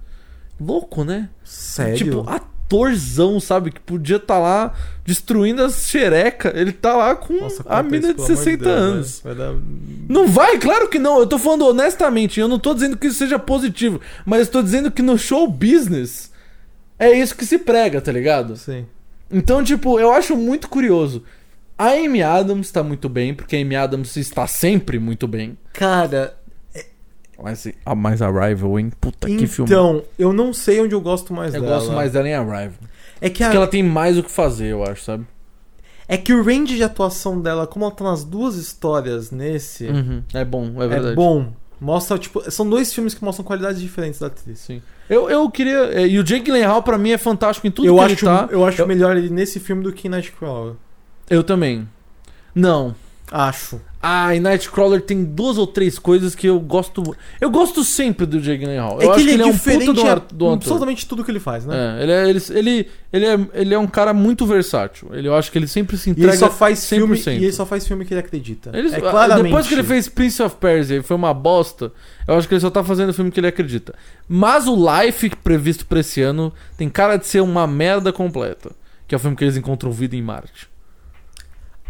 [SPEAKER 2] Louco, né?
[SPEAKER 1] sério?
[SPEAKER 2] Tipo, atorzão, sabe? Que podia estar lá destruindo as xereca. Ele tá lá com
[SPEAKER 1] Nossa, conta
[SPEAKER 2] a mina
[SPEAKER 1] isso,
[SPEAKER 2] de né?
[SPEAKER 1] pelo amor
[SPEAKER 2] 60
[SPEAKER 1] Deus, né?
[SPEAKER 2] anos.
[SPEAKER 1] Vai vai dar...
[SPEAKER 2] Não vai, claro que não. Eu tô falando honestamente. Eu não tô dizendo que isso seja positivo. Mas eu tô dizendo que no show business é isso que se prega, tá ligado?
[SPEAKER 1] Sim.
[SPEAKER 2] Então, tipo, eu acho muito curioso. A Amy Adams tá muito bem, porque a Amy Adams está sempre muito bem.
[SPEAKER 1] Cara,
[SPEAKER 2] Mas, assim, a- mas Arrival, hein? Puta que filme. Eu
[SPEAKER 1] então, eu não sei onde eu gosto mais dela.
[SPEAKER 2] gosto mais dela em Arrival.
[SPEAKER 1] É que, a-
[SPEAKER 2] Porque ela tem mais o que fazer, eu acho, sabe?
[SPEAKER 1] é que o range de atuação dela, como ela tá nas duas histórias nesse,
[SPEAKER 2] Uhum. É bom, é verdade.
[SPEAKER 1] é bom. Mostra, tipo, são dois filmes que mostram qualidades diferentes da atriz.
[SPEAKER 2] Sim. Eu, eu queria. é, E o Jake Gyllenhaal, pra mim, é fantástico em tudo
[SPEAKER 1] eu,
[SPEAKER 2] que
[SPEAKER 1] acho,
[SPEAKER 2] ele tá.
[SPEAKER 1] eu acho
[SPEAKER 2] Eu-
[SPEAKER 1] melhor ele nesse filme do que em Nightcrawler.
[SPEAKER 2] Eu também. Não.
[SPEAKER 1] Acho.
[SPEAKER 2] Ah, e Nightcrawler tem duas ou três coisas que eu gosto. Eu gosto sempre do Jake Gyllenhaal. eu acho que ele é, um puta do, ar- do
[SPEAKER 1] a-
[SPEAKER 2] ator.
[SPEAKER 1] absolutamente tudo que ele faz, né?
[SPEAKER 2] É, ele, é, ele, ele, ele, é, ele é um cara muito versátil. Ele, eu acho que ele sempre se
[SPEAKER 1] E
[SPEAKER 2] entrega.
[SPEAKER 1] ele só faz filme
[SPEAKER 2] 100%.
[SPEAKER 1] e ele só faz filme que ele acredita.
[SPEAKER 2] Ele-
[SPEAKER 1] é claramente.
[SPEAKER 2] Depois que ele fez Prince of Persia e foi uma bosta, eu acho que ele só tá fazendo o filme que ele acredita. Mas o Life, previsto pra esse ano, tem cara de ser uma merda completa. Que é o filme que eles encontram vida em Marte.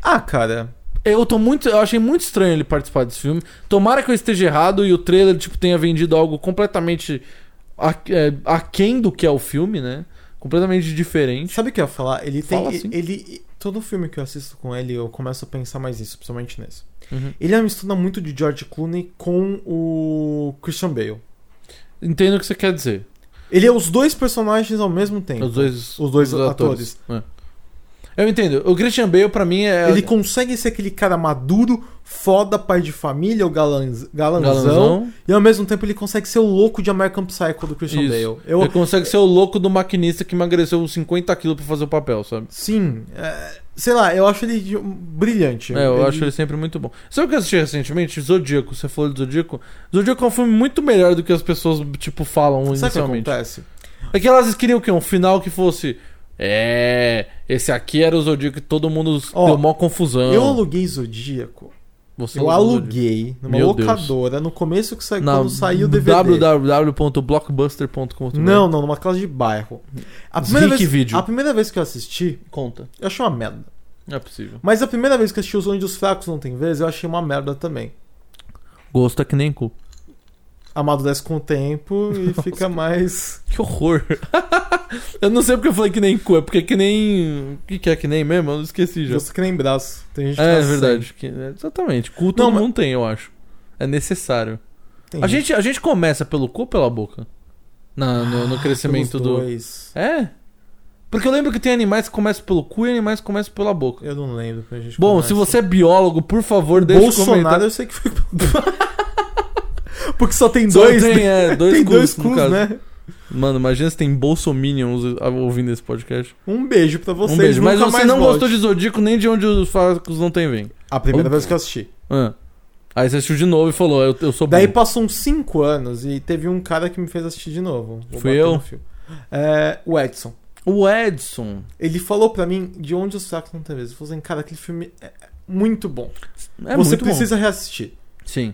[SPEAKER 1] Ah, cara.
[SPEAKER 2] Eu tô muito. Eu achei muito estranho ele participar desse filme. Tomara que eu esteja errado e o trailer, tipo, tenha vendido algo completamente a, é, aquém do que é o filme, né? Completamente diferente.
[SPEAKER 1] Sabe o que eu ia falar? Ele tem.
[SPEAKER 2] Fala assim.
[SPEAKER 1] Ele. Todo filme que eu assisto com ele, eu começo a pensar mais nisso, principalmente nesse.
[SPEAKER 2] Uhum.
[SPEAKER 1] Ele é uma mistura muito de George Clooney com o Christian Bale.
[SPEAKER 2] Entendo o que você quer dizer.
[SPEAKER 1] Ele é os dois personagens ao mesmo tempo.
[SPEAKER 2] Os dois,
[SPEAKER 1] Os dois atores.
[SPEAKER 2] É. Eu entendo. O Christian Bale, pra mim, é.
[SPEAKER 1] Ele consegue ser aquele cara maduro, foda, pai de família, o galanz, galanzão,
[SPEAKER 2] Galanzão.
[SPEAKER 1] E ao mesmo tempo ele consegue ser o louco de American Psycho do Christian
[SPEAKER 2] Isso.
[SPEAKER 1] Bale. Eu,
[SPEAKER 2] Ele consegue ser o louco do maquinista que emagreceu uns 50 quilos pra fazer o papel, sabe?
[SPEAKER 1] Sim. é, sei lá, eu acho ele de- um- brilhante.
[SPEAKER 2] É, eu acho ele sempre muito bom. Sabe o que eu assisti recentemente? Zodíaco. Você falou de Zodíaco? Zodíaco é um filme muito melhor do que as pessoas, tipo,
[SPEAKER 1] Sabe
[SPEAKER 2] falam
[SPEAKER 1] o que
[SPEAKER 2] inicialmente.
[SPEAKER 1] acontece?
[SPEAKER 2] É que elas queriam o quê? Um final que fosse. É, esse aqui era o Zodíaco que todo mundo
[SPEAKER 1] Ó,
[SPEAKER 2] deu mó confusão.
[SPEAKER 1] Eu aluguei Zodíaco.
[SPEAKER 2] Você
[SPEAKER 1] eu
[SPEAKER 2] usou Zodíaco.
[SPEAKER 1] aluguei numa
[SPEAKER 2] Meu Deus.
[SPEAKER 1] locadora no começo que saiu,
[SPEAKER 2] Na
[SPEAKER 1] quando saiu o DVD.
[SPEAKER 2] www.blockbuster.com.br
[SPEAKER 1] Não, não, numa classe de bairro. A primeira,
[SPEAKER 2] Zic
[SPEAKER 1] vez,
[SPEAKER 2] Video.
[SPEAKER 1] a primeira vez que eu assisti,
[SPEAKER 2] Conta.
[SPEAKER 1] eu achei uma merda.
[SPEAKER 2] É possível.
[SPEAKER 1] Mas a primeira vez que eu assisti Os Onde os Fracos Não Tem Vez, eu achei uma merda também.
[SPEAKER 2] Gosto é que nem cu.
[SPEAKER 1] Amadurece com o tempo e fica mais.
[SPEAKER 2] Que horror. eu não sei porque eu falei que nem cu, é porque que nem. O que, que é que nem mesmo? Eu não esqueci já.
[SPEAKER 1] Gosto que nem braço. Tem gente que assim.
[SPEAKER 2] É, é
[SPEAKER 1] nasce sem.
[SPEAKER 2] verdade. Que- é, exatamente. Cu todo
[SPEAKER 1] tá Não, mas-
[SPEAKER 2] mundo tem, eu acho. É necessário.
[SPEAKER 1] Tem
[SPEAKER 2] A gente, a gente começa pelo cu ou pela boca? Na, no, no
[SPEAKER 1] Ah, pelos
[SPEAKER 2] crescimento do.
[SPEAKER 1] dois.
[SPEAKER 2] É? Porque eu lembro que tem animais que começam pelo cu e animais que começam pela boca.
[SPEAKER 1] Eu não lembro pra gente assim.
[SPEAKER 2] Bom,
[SPEAKER 1] conversa.
[SPEAKER 2] se você é biólogo, por favor, deixa o
[SPEAKER 1] Bolsonaro,
[SPEAKER 2] comentário.
[SPEAKER 1] eu sei que foi. Porque só tem
[SPEAKER 2] Só
[SPEAKER 1] dois.
[SPEAKER 2] tem,
[SPEAKER 1] né?
[SPEAKER 2] é, dois
[SPEAKER 1] tem
[SPEAKER 2] cus,
[SPEAKER 1] dois
[SPEAKER 2] no
[SPEAKER 1] cus,
[SPEAKER 2] caso.
[SPEAKER 1] né?
[SPEAKER 2] Mano, imagina se tem bolsominions ouvindo esse podcast.
[SPEAKER 1] Um beijo pra vocês.
[SPEAKER 2] um beijo. Mas
[SPEAKER 1] nunca
[SPEAKER 2] você
[SPEAKER 1] mais
[SPEAKER 2] não
[SPEAKER 1] volte.
[SPEAKER 2] gostou de Zodíaco nem de onde os fracos não tem vem.
[SPEAKER 1] A primeira
[SPEAKER 2] Opa.
[SPEAKER 1] vez que eu assisti.
[SPEAKER 2] Ah. Aí você assistiu de novo e falou, eu, eu sou
[SPEAKER 1] Daí
[SPEAKER 2] bom.
[SPEAKER 1] passou uns 5 anos e teve um cara que me fez assistir de novo. Vou
[SPEAKER 2] Fui
[SPEAKER 1] bater
[SPEAKER 2] eu?
[SPEAKER 1] no fio. É, o Edson.
[SPEAKER 2] O Edson.
[SPEAKER 1] Ele falou pra mim de onde os fracos não tem vez. Ele falou assim, cara, aquele filme é muito bom.
[SPEAKER 2] É
[SPEAKER 1] você
[SPEAKER 2] muito
[SPEAKER 1] precisa reassistir.
[SPEAKER 2] bom. Sim.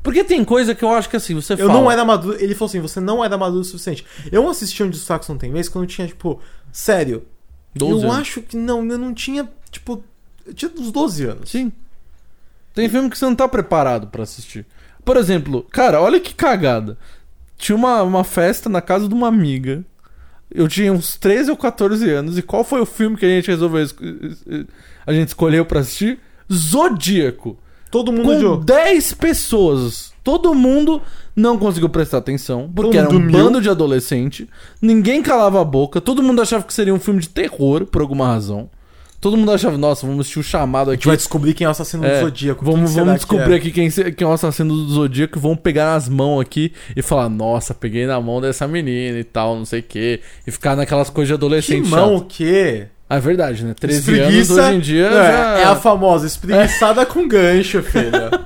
[SPEAKER 2] Porque tem coisa que eu acho que assim, você
[SPEAKER 1] Eu
[SPEAKER 2] fala.
[SPEAKER 1] não era maduro. Ele falou assim, você não era maduro o suficiente. Eu assisti onde os fracos não tem vez quando eu tinha, tipo, sério.
[SPEAKER 2] 12
[SPEAKER 1] eu
[SPEAKER 2] anos.
[SPEAKER 1] acho que não, eu não tinha, tipo. Eu tinha uns 12 anos.
[SPEAKER 2] Sim. Tem filme que você não tá preparado pra assistir. Por exemplo, cara, olha que cagada. Tinha uma, uma festa na casa de uma amiga. Eu tinha uns 13 ou 14 anos. E qual foi o filme que a gente resolveu. es- es- es- A gente escolheu pra assistir? Zodíaco.
[SPEAKER 1] Todo mundo
[SPEAKER 2] Com
[SPEAKER 1] odiou.
[SPEAKER 2] 10 pessoas. Todo mundo não conseguiu prestar atenção.
[SPEAKER 1] Todo
[SPEAKER 2] Porque era um
[SPEAKER 1] mundo dormiu.
[SPEAKER 2] bando de adolescente. Ninguém calava a boca. Todo mundo achava que seria um filme de terror, por alguma razão. Todo mundo achava, nossa, vamos assistir o chamado
[SPEAKER 1] A
[SPEAKER 2] aqui.
[SPEAKER 1] gente vai descobrir quem é o assassino
[SPEAKER 2] É,
[SPEAKER 1] do Zodíaco. Quem
[SPEAKER 2] Vamos,
[SPEAKER 1] será que
[SPEAKER 2] vamos
[SPEAKER 1] é?
[SPEAKER 2] descobrir aqui quem, se- quem é o assassino do Zodíaco. Vamos pegar nas mãos aqui e falar: Nossa, peguei na mão dessa menina e tal, não sei o quê. E ficar naquelas coisas de
[SPEAKER 1] Que
[SPEAKER 2] adolescente.
[SPEAKER 1] mão
[SPEAKER 2] chato.
[SPEAKER 1] o quê?
[SPEAKER 2] Ah, é verdade, né? 13 anos
[SPEAKER 1] Espreguiça.
[SPEAKER 2] hoje em dia.
[SPEAKER 1] Não, é-
[SPEAKER 2] já-
[SPEAKER 1] é, a famosa espreguiçada com gancho, filha.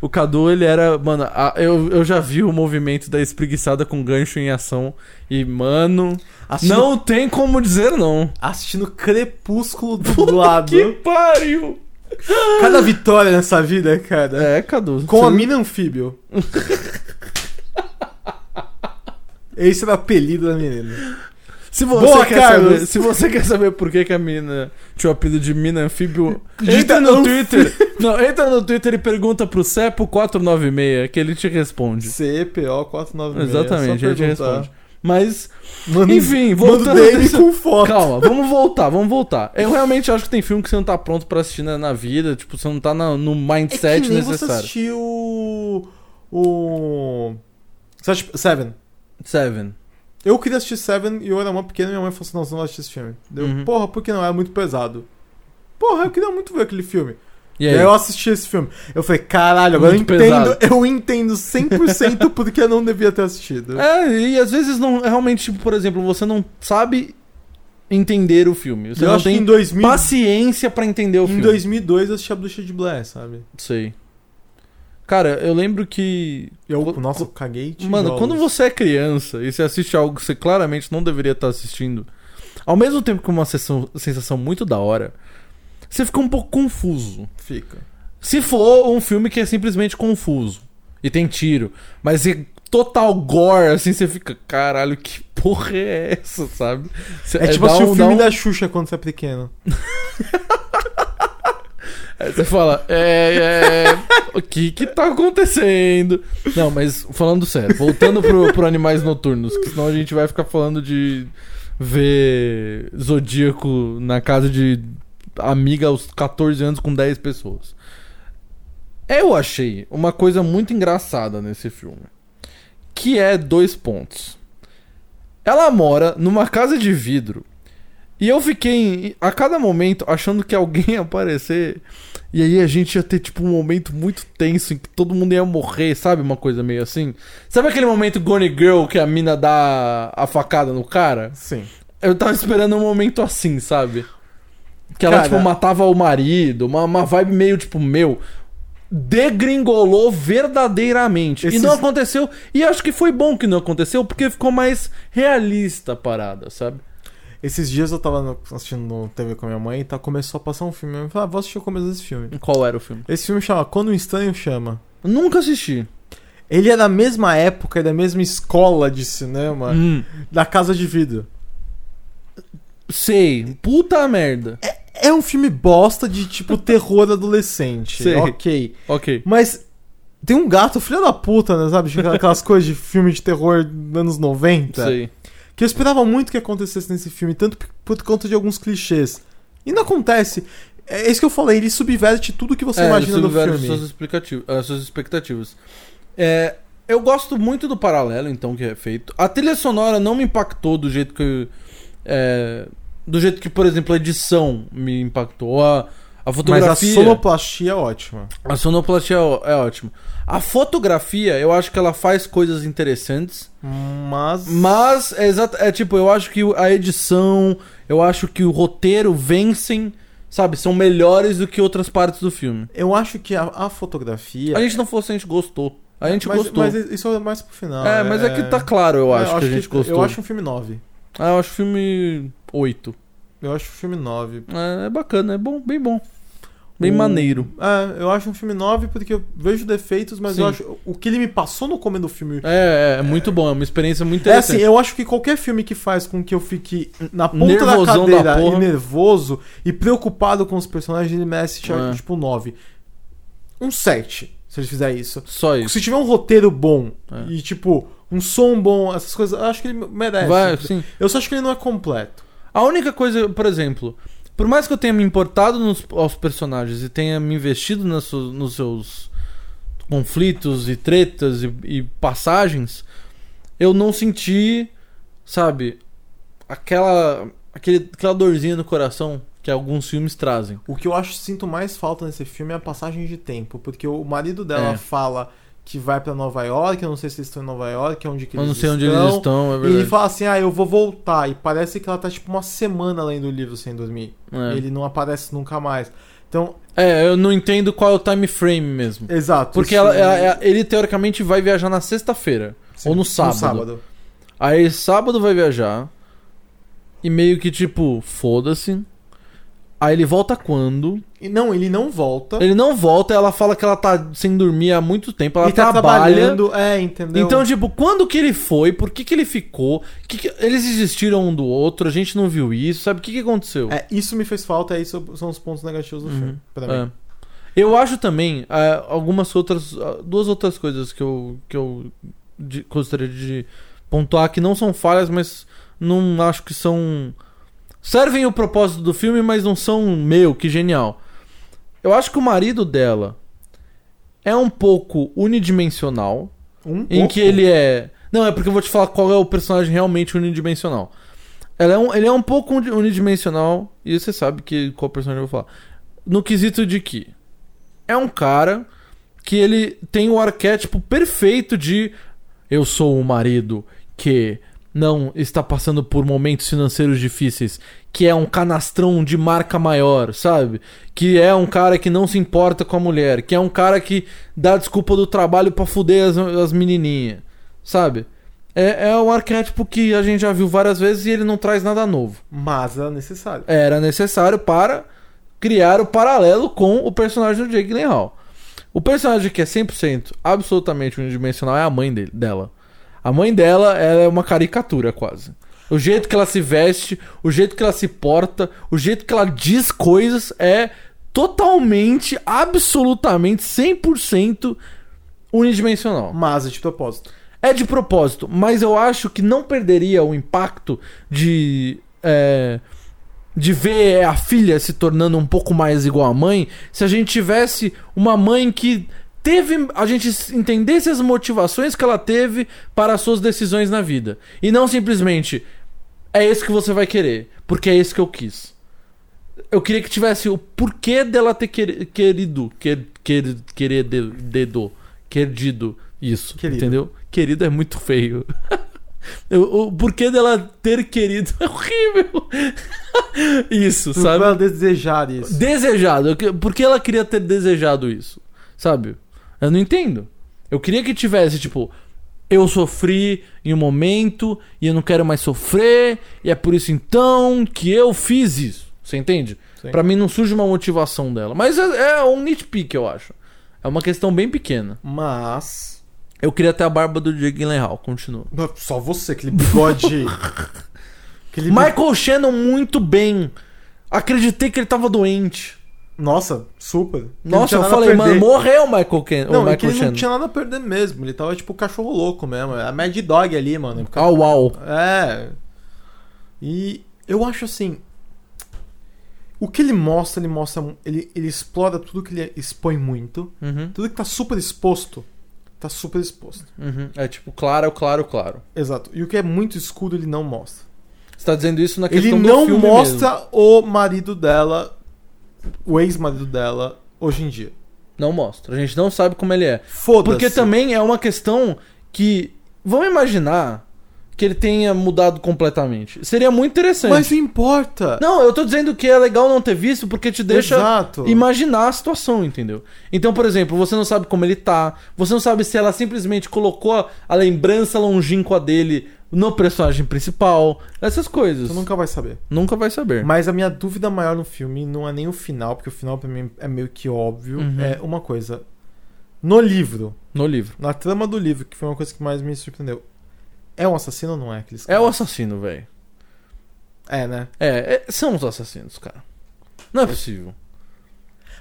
[SPEAKER 2] O Cadu, ele era. Mano, a- eu, eu já vi o movimento da espreguiçada com gancho em ação. E, mano.
[SPEAKER 1] Assistindo,
[SPEAKER 2] Não tem como dizer não.
[SPEAKER 1] assistindo Crepúsculo dublado.
[SPEAKER 2] Que pariu!
[SPEAKER 1] Cada vitória nessa vida, cara.
[SPEAKER 2] É, Cadu.
[SPEAKER 1] Com
[SPEAKER 2] você-
[SPEAKER 1] a mina um anfíbio. Esse era o apelido da menina.
[SPEAKER 2] Se você,
[SPEAKER 1] Boa,
[SPEAKER 2] quer
[SPEAKER 1] Carlos.
[SPEAKER 2] saber, se você quer saber por que, que a mina tinha o apelido de mina anfíbio,
[SPEAKER 1] Digita
[SPEAKER 2] entra no
[SPEAKER 1] anf-
[SPEAKER 2] Twitter. Não, entra no Twitter e pergunta pro Cepo496 que ele te responde.
[SPEAKER 1] CPO496.
[SPEAKER 2] Exatamente, ele te responde. Mas,
[SPEAKER 1] Manda,
[SPEAKER 2] enfim,
[SPEAKER 1] manda o
[SPEAKER 2] voltando.
[SPEAKER 1] DM
[SPEAKER 2] desse-
[SPEAKER 1] com foto.
[SPEAKER 2] Calma, vamos voltar, vamos voltar. Eu realmente acho que tem filme que você não tá pronto pra assistir na, na vida, tipo, você não tá na- no
[SPEAKER 1] É
[SPEAKER 2] mindset
[SPEAKER 1] que nem você
[SPEAKER 2] necessário.
[SPEAKER 1] assistiu o... o... Você acha- Seven.
[SPEAKER 2] Seven.
[SPEAKER 1] Eu queria assistir Seven e eu era uma pequena e minha mãe falou assim, não, você não vai assistir esse filme. Deu,
[SPEAKER 2] Uhum.
[SPEAKER 1] porra, por que não? Era muito pesado. Porra, eu queria muito ver aquele filme.
[SPEAKER 2] E
[SPEAKER 1] E
[SPEAKER 2] aí?
[SPEAKER 1] aí eu assisti esse filme. Eu falei, caralho, agora
[SPEAKER 2] Muito
[SPEAKER 1] eu entendo,
[SPEAKER 2] pesado.
[SPEAKER 1] eu entendo 100% porque eu não devia ter assistido.
[SPEAKER 2] É, e às vezes não, realmente, tipo, por exemplo, você não sabe entender o filme. Você
[SPEAKER 1] eu
[SPEAKER 2] não
[SPEAKER 1] acho que
[SPEAKER 2] tem
[SPEAKER 1] em, 2000,
[SPEAKER 2] paciência pra entender o
[SPEAKER 1] em
[SPEAKER 2] filme.
[SPEAKER 1] 2002 eu assisti a Bruxa de Blair, sabe?
[SPEAKER 2] Sei. Cara, eu lembro que.
[SPEAKER 1] Eu,
[SPEAKER 2] Co-
[SPEAKER 1] nossa, eu caguei tijolos.
[SPEAKER 2] Mano, quando você é criança e você assiste algo que você claramente não deveria estar assistindo, ao mesmo tempo que é uma sessão- sensação muito da hora, você fica um pouco confuso.
[SPEAKER 1] Fica.
[SPEAKER 2] Se for um filme que é simplesmente confuso e tem tiro, mas é total gore, assim, você fica, caralho, que porra é essa, sabe? Você-
[SPEAKER 1] É, tipo
[SPEAKER 2] dá
[SPEAKER 1] assistir
[SPEAKER 2] um-
[SPEAKER 1] o
[SPEAKER 2] dá
[SPEAKER 1] filme
[SPEAKER 2] um-
[SPEAKER 1] da Xuxa quando você é pequeno.
[SPEAKER 2] Aí você fala, é, é, o que que tá acontecendo? Não, mas falando sério, voltando pro, pro Animais Noturnos, que senão a gente vai ficar falando de ver Zodíaco na casa de amiga aos 14 anos com 10 pessoas. Eu achei uma coisa muito engraçada nesse filme, que é dois pontos. Ela mora numa casa de vidro e eu fiquei a cada momento achando que alguém ia aparecer. E aí a gente ia ter, tipo, um momento muito tenso em que todo mundo ia morrer, sabe? Uma coisa meio assim. Sabe aquele momento Gone Girl que a mina dá a facada no cara?
[SPEAKER 1] Sim.
[SPEAKER 2] Eu tava esperando um momento assim, sabe? Que ela,
[SPEAKER 1] Cara-
[SPEAKER 2] tipo, matava o marido, uma, uma vibe meio, tipo, meu. Degringolou verdadeiramente. E
[SPEAKER 1] Esses-
[SPEAKER 2] não aconteceu. E acho que foi bom que não aconteceu, porque ficou mais realista a parada, sabe?
[SPEAKER 1] Esses dias eu tava no- assistindo no TV com a minha mãe e tá, começou a passar um filme. Eu falei, ah, vou assistir o começo desse filme.
[SPEAKER 2] Qual era o filme?
[SPEAKER 1] Esse filme chama Quando um Estranho Chama.
[SPEAKER 2] Nunca assisti.
[SPEAKER 1] Ele é da mesma época e da mesma escola de cinema
[SPEAKER 2] Hum.
[SPEAKER 1] da Casa de Vidro.
[SPEAKER 2] Sei. Puta merda.
[SPEAKER 1] É um filme bosta de tipo terror adolescente.
[SPEAKER 2] Sei.
[SPEAKER 1] Ok.
[SPEAKER 2] Ok.
[SPEAKER 1] Mas tem um gato, filho da puta, né? Sabe? Aquela- Aquelas coisas de filme de terror dos anos 90.
[SPEAKER 2] Sei.
[SPEAKER 1] Que eu esperava muito que acontecesse nesse filme, tanto p- por conta de alguns clichês. E não acontece. É isso que eu falei, ele subverte tudo que você
[SPEAKER 2] É,
[SPEAKER 1] imagina do
[SPEAKER 2] subverte
[SPEAKER 1] filme.
[SPEAKER 2] Suas, explicati- as ah, suas expectativas. É, eu gosto muito do paralelo, então, que é feito. A trilha sonora não me impactou do jeito que. é, do jeito que, por exemplo, a edição me impactou. ou A, a
[SPEAKER 1] Mas a
[SPEAKER 2] fotografia.
[SPEAKER 1] sonoplastia é ótima.
[SPEAKER 2] A sonoplastia é ó- é ótima. A fotografia, eu acho que ela faz coisas interessantes.
[SPEAKER 1] Mas.
[SPEAKER 2] Mas, é, exata- é tipo, eu acho que o- a edição, eu acho que o roteiro vencem, sabe? São melhores do que outras partes do filme.
[SPEAKER 1] Eu acho que a, a fotografia.
[SPEAKER 2] A gente não fosse, a gente gostou. A gente
[SPEAKER 1] mas,
[SPEAKER 2] gostou.
[SPEAKER 1] mas isso é mais pro final.
[SPEAKER 2] é, mas é que tá claro, eu
[SPEAKER 1] eu
[SPEAKER 2] acho, que a gente gostou.
[SPEAKER 1] Eu acho um filme 9.
[SPEAKER 2] Ah, eu acho o filme 8.
[SPEAKER 1] Eu acho um filme 9.
[SPEAKER 2] É, é bacana, é bom, bem bom. Bem
[SPEAKER 1] O-
[SPEAKER 2] maneiro.
[SPEAKER 1] É, eu acho um filme 9 porque eu vejo defeitos, mas
[SPEAKER 2] Sim.
[SPEAKER 1] eu acho. O que ele me passou no começo do filme.
[SPEAKER 2] É, é, é muito bom, é uma experiência muito
[SPEAKER 1] É assim,
[SPEAKER 2] interessante.
[SPEAKER 1] eu acho que qualquer filme que faz com que eu fique na ponta
[SPEAKER 2] Nervosão
[SPEAKER 1] da
[SPEAKER 2] da
[SPEAKER 1] cadeira
[SPEAKER 2] porra.
[SPEAKER 1] e nervoso e preocupado com os personagens, ele merece tirar,
[SPEAKER 2] É.
[SPEAKER 1] tipo um 9. Um 7, se ele fizer isso.
[SPEAKER 2] Só isso.
[SPEAKER 1] Se tiver um roteiro bom
[SPEAKER 2] É.
[SPEAKER 1] e, tipo, um som bom, essas coisas, eu acho que ele merece.
[SPEAKER 2] Vai, sim.
[SPEAKER 1] Eu só acho que ele não é completo.
[SPEAKER 2] A única coisa, por exemplo, por mais que eu tenha me importado nos, aos personagens e tenha me investido nas su- nos seus conflitos e tretas e, e passagens, eu não senti, sabe, aquela, aquele, aquela dorzinha no coração que alguns filmes trazem.
[SPEAKER 1] O que eu acho sinto mais falta nesse filme é a passagem de tempo, porque o marido dela
[SPEAKER 2] É.
[SPEAKER 1] fala que vai pra Nova York, eu não sei se eles estão em Nova York, é onde que
[SPEAKER 2] Eu não
[SPEAKER 1] eles
[SPEAKER 2] sei onde
[SPEAKER 1] estão.
[SPEAKER 2] eles estão, é
[SPEAKER 1] E ele
[SPEAKER 2] verdade.
[SPEAKER 1] fala assim, ah, eu vou voltar. E parece que ela tá tipo uma semana além do livro sem dormir.
[SPEAKER 2] É.
[SPEAKER 1] Ele não aparece nunca mais. Então,
[SPEAKER 2] É, eu não entendo qual é o time frame mesmo.
[SPEAKER 1] exato.
[SPEAKER 2] Porque
[SPEAKER 1] isso- é
[SPEAKER 2] ela- ela- ela- ele teoricamente vai viajar na sexta-feira.
[SPEAKER 1] Sim,
[SPEAKER 2] ou no
[SPEAKER 1] No
[SPEAKER 2] sábado.
[SPEAKER 1] sábado.
[SPEAKER 2] Aí sábado vai viajar. E meio que tipo, foda-se. Aí ele volta quando?
[SPEAKER 1] E não, ele não volta.
[SPEAKER 2] Ele não volta, ela fala que ela tá sem dormir há muito tempo, ela
[SPEAKER 1] e tá
[SPEAKER 2] trabalha.
[SPEAKER 1] trabalhando. É, entendeu?
[SPEAKER 2] então, tipo, quando que ele foi? Por que que ele ficou? Que que- Eles existiram um do outro, a gente não viu isso, sabe? O que que aconteceu?
[SPEAKER 1] é, isso me fez falta, é isso são os pontos negativos do filme, pra mim.
[SPEAKER 2] É. Eu acho também ah, algumas outras. ah, duas outras coisas que eu, que eu de- gostaria de pontuar que não são falhas, mas não acho que são. Servem o propósito do filme, mas não são meu, que genial. Eu acho que o marido dela é um pouco unidimensional.
[SPEAKER 1] Um
[SPEAKER 2] Em
[SPEAKER 1] pouco.
[SPEAKER 2] que ele é. Não, é porque eu vou te falar qual é o personagem realmente unidimensional. Ela é um- ele é um pouco uni- unidimensional, e você sabe que qual personagem eu vou falar. No quesito de que é um cara que ele tem o arquétipo perfeito de eu sou o marido que não está passando por momentos financeiros difíceis, que é um canastrão de marca maior, sabe? Que é um cara que não se importa com a mulher, que é um cara que dá desculpa do trabalho pra fuder as, as menininhas, sabe? É, é um arquétipo que a gente já viu várias vezes e ele não traz nada novo.
[SPEAKER 1] um, Mas era necessário.
[SPEAKER 2] Era necessário para criar o paralelo com o personagem do Jake Gyllenhaal. O personagem que é 100% absolutamente unidimensional é a mãe dele, dela. A mãe dela ela é uma caricatura, quase. O jeito que ela se veste, o jeito que ela se porta, o jeito que ela diz coisas é totalmente, absolutamente, 100% unidimensional.
[SPEAKER 1] Mas é de propósito.
[SPEAKER 2] É de propósito, mas eu acho que não perderia o impacto de. é, de ver a filha se tornando um pouco mais igual à mãe, se a gente tivesse uma mãe que teve. a gente entendesse as motivações que ela teve para as suas decisões na vida. E não simplesmente. É esse que você vai querer, porque é esse que eu quis. Eu queria que tivesse o porquê dela ter quer- querido, quer, quer, querer de- dedo, querido isso,
[SPEAKER 1] Querido.
[SPEAKER 2] entendeu? Querido é muito feio. o, o porquê dela ter querido é horrível. isso,
[SPEAKER 1] Pra
[SPEAKER 2] sabe?
[SPEAKER 1] ela desejar isso.
[SPEAKER 2] Desejado. Eu que- Por que ela queria ter desejado isso? Sabe? Eu não entendo. Eu queria que tivesse, tipo, eu sofri em um momento e eu não quero mais sofrer, e é por isso então que eu fiz isso. Você entende?
[SPEAKER 1] Sim.
[SPEAKER 2] Pra mim não surge uma motivação dela. Mas é, é um nitpick, eu acho. É uma questão bem pequena.
[SPEAKER 1] Mas.
[SPEAKER 2] Eu queria ter a barba do Jake Gyllenhaal. Continua.
[SPEAKER 1] Só você, aquele bigode. aquele
[SPEAKER 2] Michael Shannon muito bem. Acreditei que ele tava doente.
[SPEAKER 1] Nossa, super. Ele não
[SPEAKER 2] Nossa,
[SPEAKER 1] tinha
[SPEAKER 2] eu
[SPEAKER 1] nada a
[SPEAKER 2] falei, mano,
[SPEAKER 1] perder.
[SPEAKER 2] morreu o Michael Ken. Então, o
[SPEAKER 1] Não, é
[SPEAKER 2] Michael
[SPEAKER 1] que ele não
[SPEAKER 2] Shannon.
[SPEAKER 1] tinha nada a perder mesmo. Ele tava tipo cachorro louco mesmo. A Mad Dog ali, mano.
[SPEAKER 2] Ah, uau.
[SPEAKER 1] É. E eu acho assim. O que ele mostra, ele mostra. mu- Ele, ele explora tudo que ele expõe muito.
[SPEAKER 2] Uhum,
[SPEAKER 1] Tudo que tá super exposto. Tá super exposto.
[SPEAKER 2] uhum. É tipo, claro, claro, claro.
[SPEAKER 1] Exato. E o que é muito escuro, ele não mostra.
[SPEAKER 2] Você tá dizendo isso na
[SPEAKER 1] Ele
[SPEAKER 2] questão do
[SPEAKER 1] não
[SPEAKER 2] filme
[SPEAKER 1] mostra
[SPEAKER 2] mesmo.
[SPEAKER 1] o marido dela, o ex-marido dela, hoje em dia.
[SPEAKER 2] Não mostra. A gente não sabe como ele é.
[SPEAKER 1] Foda-se.
[SPEAKER 2] Porque também é uma questão que... Vamos imaginar que ele tenha mudado completamente. Seria muito é interessante.
[SPEAKER 1] Mas não importa.
[SPEAKER 2] Não, eu tô dizendo que é legal não ter visto porque te deixa
[SPEAKER 1] Exato.
[SPEAKER 2] imaginar a situação, entendeu? Então, por exemplo, você não sabe como ele tá, você não sabe se ela simplesmente colocou a lembrança longínqua dele no personagem principal, essas coisas.
[SPEAKER 1] Tu nunca vai saber.
[SPEAKER 2] Nunca vai saber.
[SPEAKER 1] Mas a minha dúvida maior no filme não é nem o final, porque o final pra mim é meio que óbvio.
[SPEAKER 2] Uhum.
[SPEAKER 1] É uma coisa. No livro,
[SPEAKER 2] No livro.
[SPEAKER 1] na trama do livro, que foi uma coisa que mais me surpreendeu. É um assassino ou não é aqueles
[SPEAKER 2] É o
[SPEAKER 1] caras?
[SPEAKER 2] assassino, velho.
[SPEAKER 1] É, né?
[SPEAKER 2] É, é- são os assassinos, cara. Não é possível.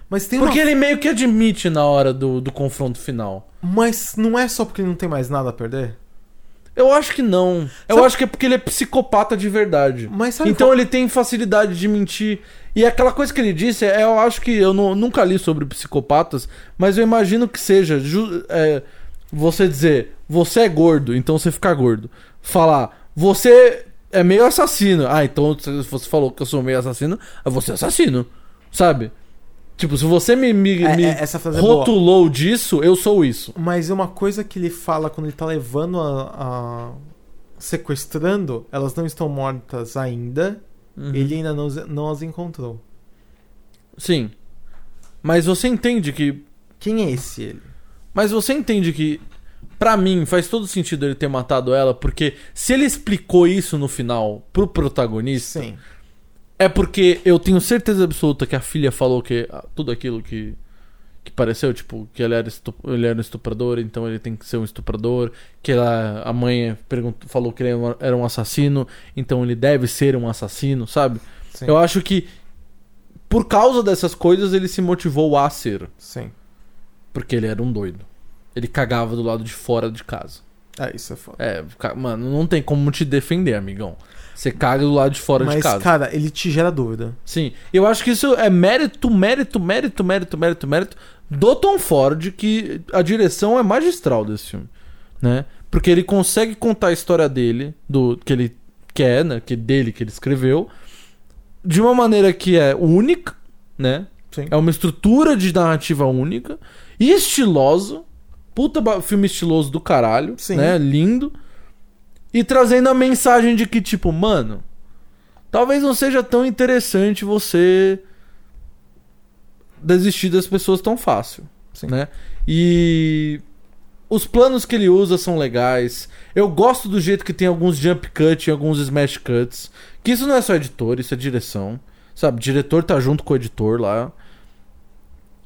[SPEAKER 1] Mas tem
[SPEAKER 2] Porque ele meio que admite na hora do, do confronto final.
[SPEAKER 1] uma... Mas não é só porque ele não tem mais nada a perder?
[SPEAKER 2] Eu acho que não. Eu
[SPEAKER 1] Sabe-
[SPEAKER 2] acho que é porque ele é psicopata de verdade.
[SPEAKER 1] Mas sabe
[SPEAKER 2] então
[SPEAKER 1] qual-
[SPEAKER 2] ele tem facilidade de mentir. E aquela coisa que ele disse, é, eu acho que eu nu- nunca li sobre psicopatas, mas eu imagino que seja ju- é, você dizer, você é gordo, então você fica gordo. Falar, você é meio assassino. Ah, então se você falou que eu sou meio assassino, ah, você é assassino. Sabe? Tipo, se você me, me-
[SPEAKER 1] É,
[SPEAKER 2] me
[SPEAKER 1] é, essa frase é boa.
[SPEAKER 2] rotulou disso, eu sou isso.
[SPEAKER 1] Mas é uma coisa que ele fala quando ele tá levando a. a- sequestrando, elas não estão mortas ainda.
[SPEAKER 2] Uhum.
[SPEAKER 1] Ele ainda não, não as encontrou.
[SPEAKER 2] Sim. Mas você entende que
[SPEAKER 1] Quem é esse ele?
[SPEAKER 2] Mas você entende que, pra mim, faz todo sentido ele ter matado ela, porque se ele explicou isso no final pro protagonista,
[SPEAKER 1] Sim.
[SPEAKER 2] é porque eu tenho certeza absoluta que a filha falou que ah, tudo aquilo que que pareceu, tipo, que ele era, estu- ele era um estuprador, então ele tem que ser um estuprador, que ela, a mãe perguntou, falou que ele era um- era um assassino, então ele deve ser um assassino, sabe?
[SPEAKER 1] Sim.
[SPEAKER 2] Eu acho que por causa dessas coisas ele se motivou a ser.
[SPEAKER 1] Sim.
[SPEAKER 2] Porque ele era um doido. Ele cagava do lado de fora de casa.
[SPEAKER 1] É, isso é foda.
[SPEAKER 2] É, ca- mano, não tem como te defender, amigão. Você caga do lado de fora de
[SPEAKER 1] Mas,
[SPEAKER 2] casa.
[SPEAKER 1] cara, ele te gera dúvida.
[SPEAKER 2] Sim. Eu acho que isso é mérito, mérito, mérito, mérito, mérito, mérito do Tom Ford, que a direção é magistral desse filme, né? Porque ele consegue contar a história dele, do que ele quer, né, que dele que ele escreveu, de uma maneira que é única, né?
[SPEAKER 1] Sim.
[SPEAKER 2] É uma estrutura de narrativa única e estiloso. Puta ba- filme estiloso do caralho,
[SPEAKER 1] Sim.
[SPEAKER 2] né? Lindo. E trazendo a mensagem de que tipo, mano, talvez não seja tão interessante você desistir das pessoas tão fácil,
[SPEAKER 1] Sim.
[SPEAKER 2] né? E os planos que ele usa são legais. Eu gosto do jeito que tem alguns jump cuts e alguns smash cuts. Que isso não é só editor, isso é direção. Sabe, o diretor tá junto com o editor lá.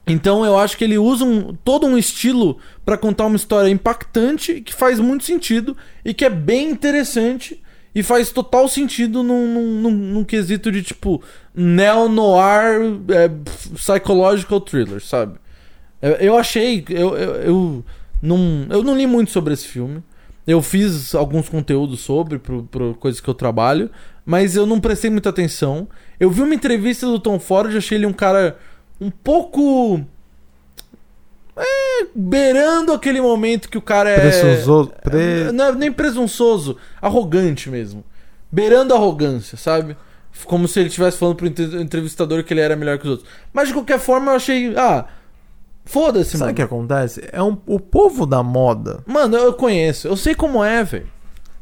[SPEAKER 2] Então eu acho que ele usa um- todo um estilo pra contar uma história impactante que faz muito sentido e que é bem interessante e faz total sentido num, num, num- num quesito de tipo neo-noir é, pf- psychological thriller, sabe? Eu, eu achei. Eu, eu, eu, não, eu não li muito sobre esse filme. Eu fiz alguns conteúdos sobre, pro, pro coisas que eu trabalho, mas eu não prestei muita atenção. Eu vi uma entrevista do Tom Ford e achei ele um cara um pouco. É, beirando aquele momento que o cara é.
[SPEAKER 1] Presunçoso. Pre...
[SPEAKER 2] Não é nem presunçoso, arrogante mesmo. Beirando a arrogância, sabe? Como se ele estivesse falando pro entre- entrevistador que ele era melhor que os outros. Mas de qualquer forma eu achei. Ah, foda-se,
[SPEAKER 1] Sabe o
[SPEAKER 2] mano.
[SPEAKER 1] que é- acontece? É um, o povo da moda.
[SPEAKER 2] Mano, eu conheço. Eu sei como é, velho.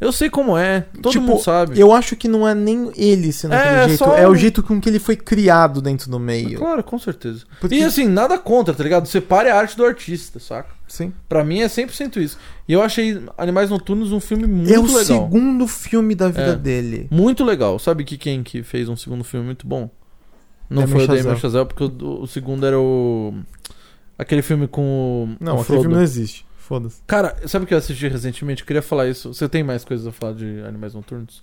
[SPEAKER 2] Eu sei como é. Todo
[SPEAKER 1] Tipo,
[SPEAKER 2] mundo sabe.
[SPEAKER 1] Eu acho que não é nem ele sendo
[SPEAKER 2] É,
[SPEAKER 1] aquele
[SPEAKER 2] é
[SPEAKER 1] jeito.
[SPEAKER 2] só
[SPEAKER 1] É o
[SPEAKER 2] um- É
[SPEAKER 1] jeito com que ele foi criado dentro do meio.
[SPEAKER 2] Claro, com certeza.
[SPEAKER 1] Porque-
[SPEAKER 2] E assim, nada contra, tá ligado? Separe a arte do artista, saca?
[SPEAKER 1] Sim.
[SPEAKER 2] Pra mim é 100% isso. E eu achei Animais Noturnos um filme muito
[SPEAKER 1] é o
[SPEAKER 2] legal.
[SPEAKER 1] segundo filme da vida
[SPEAKER 2] É.
[SPEAKER 1] dele.
[SPEAKER 2] Muito legal. Sabe que quem que fez um segundo filme muito bom? Não
[SPEAKER 1] Damien
[SPEAKER 2] foi o Damien
[SPEAKER 1] Chazelle.
[SPEAKER 2] Chazelle, porque o, o segundo era o... Aquele filme com o,
[SPEAKER 1] Não,
[SPEAKER 2] o
[SPEAKER 1] aquele
[SPEAKER 2] Frodo.
[SPEAKER 1] filme não existe. Foda-se.
[SPEAKER 2] Cara, sabe o que eu assisti recentemente? Eu queria falar isso. Você tem mais coisas a falar de Animais Noturnos?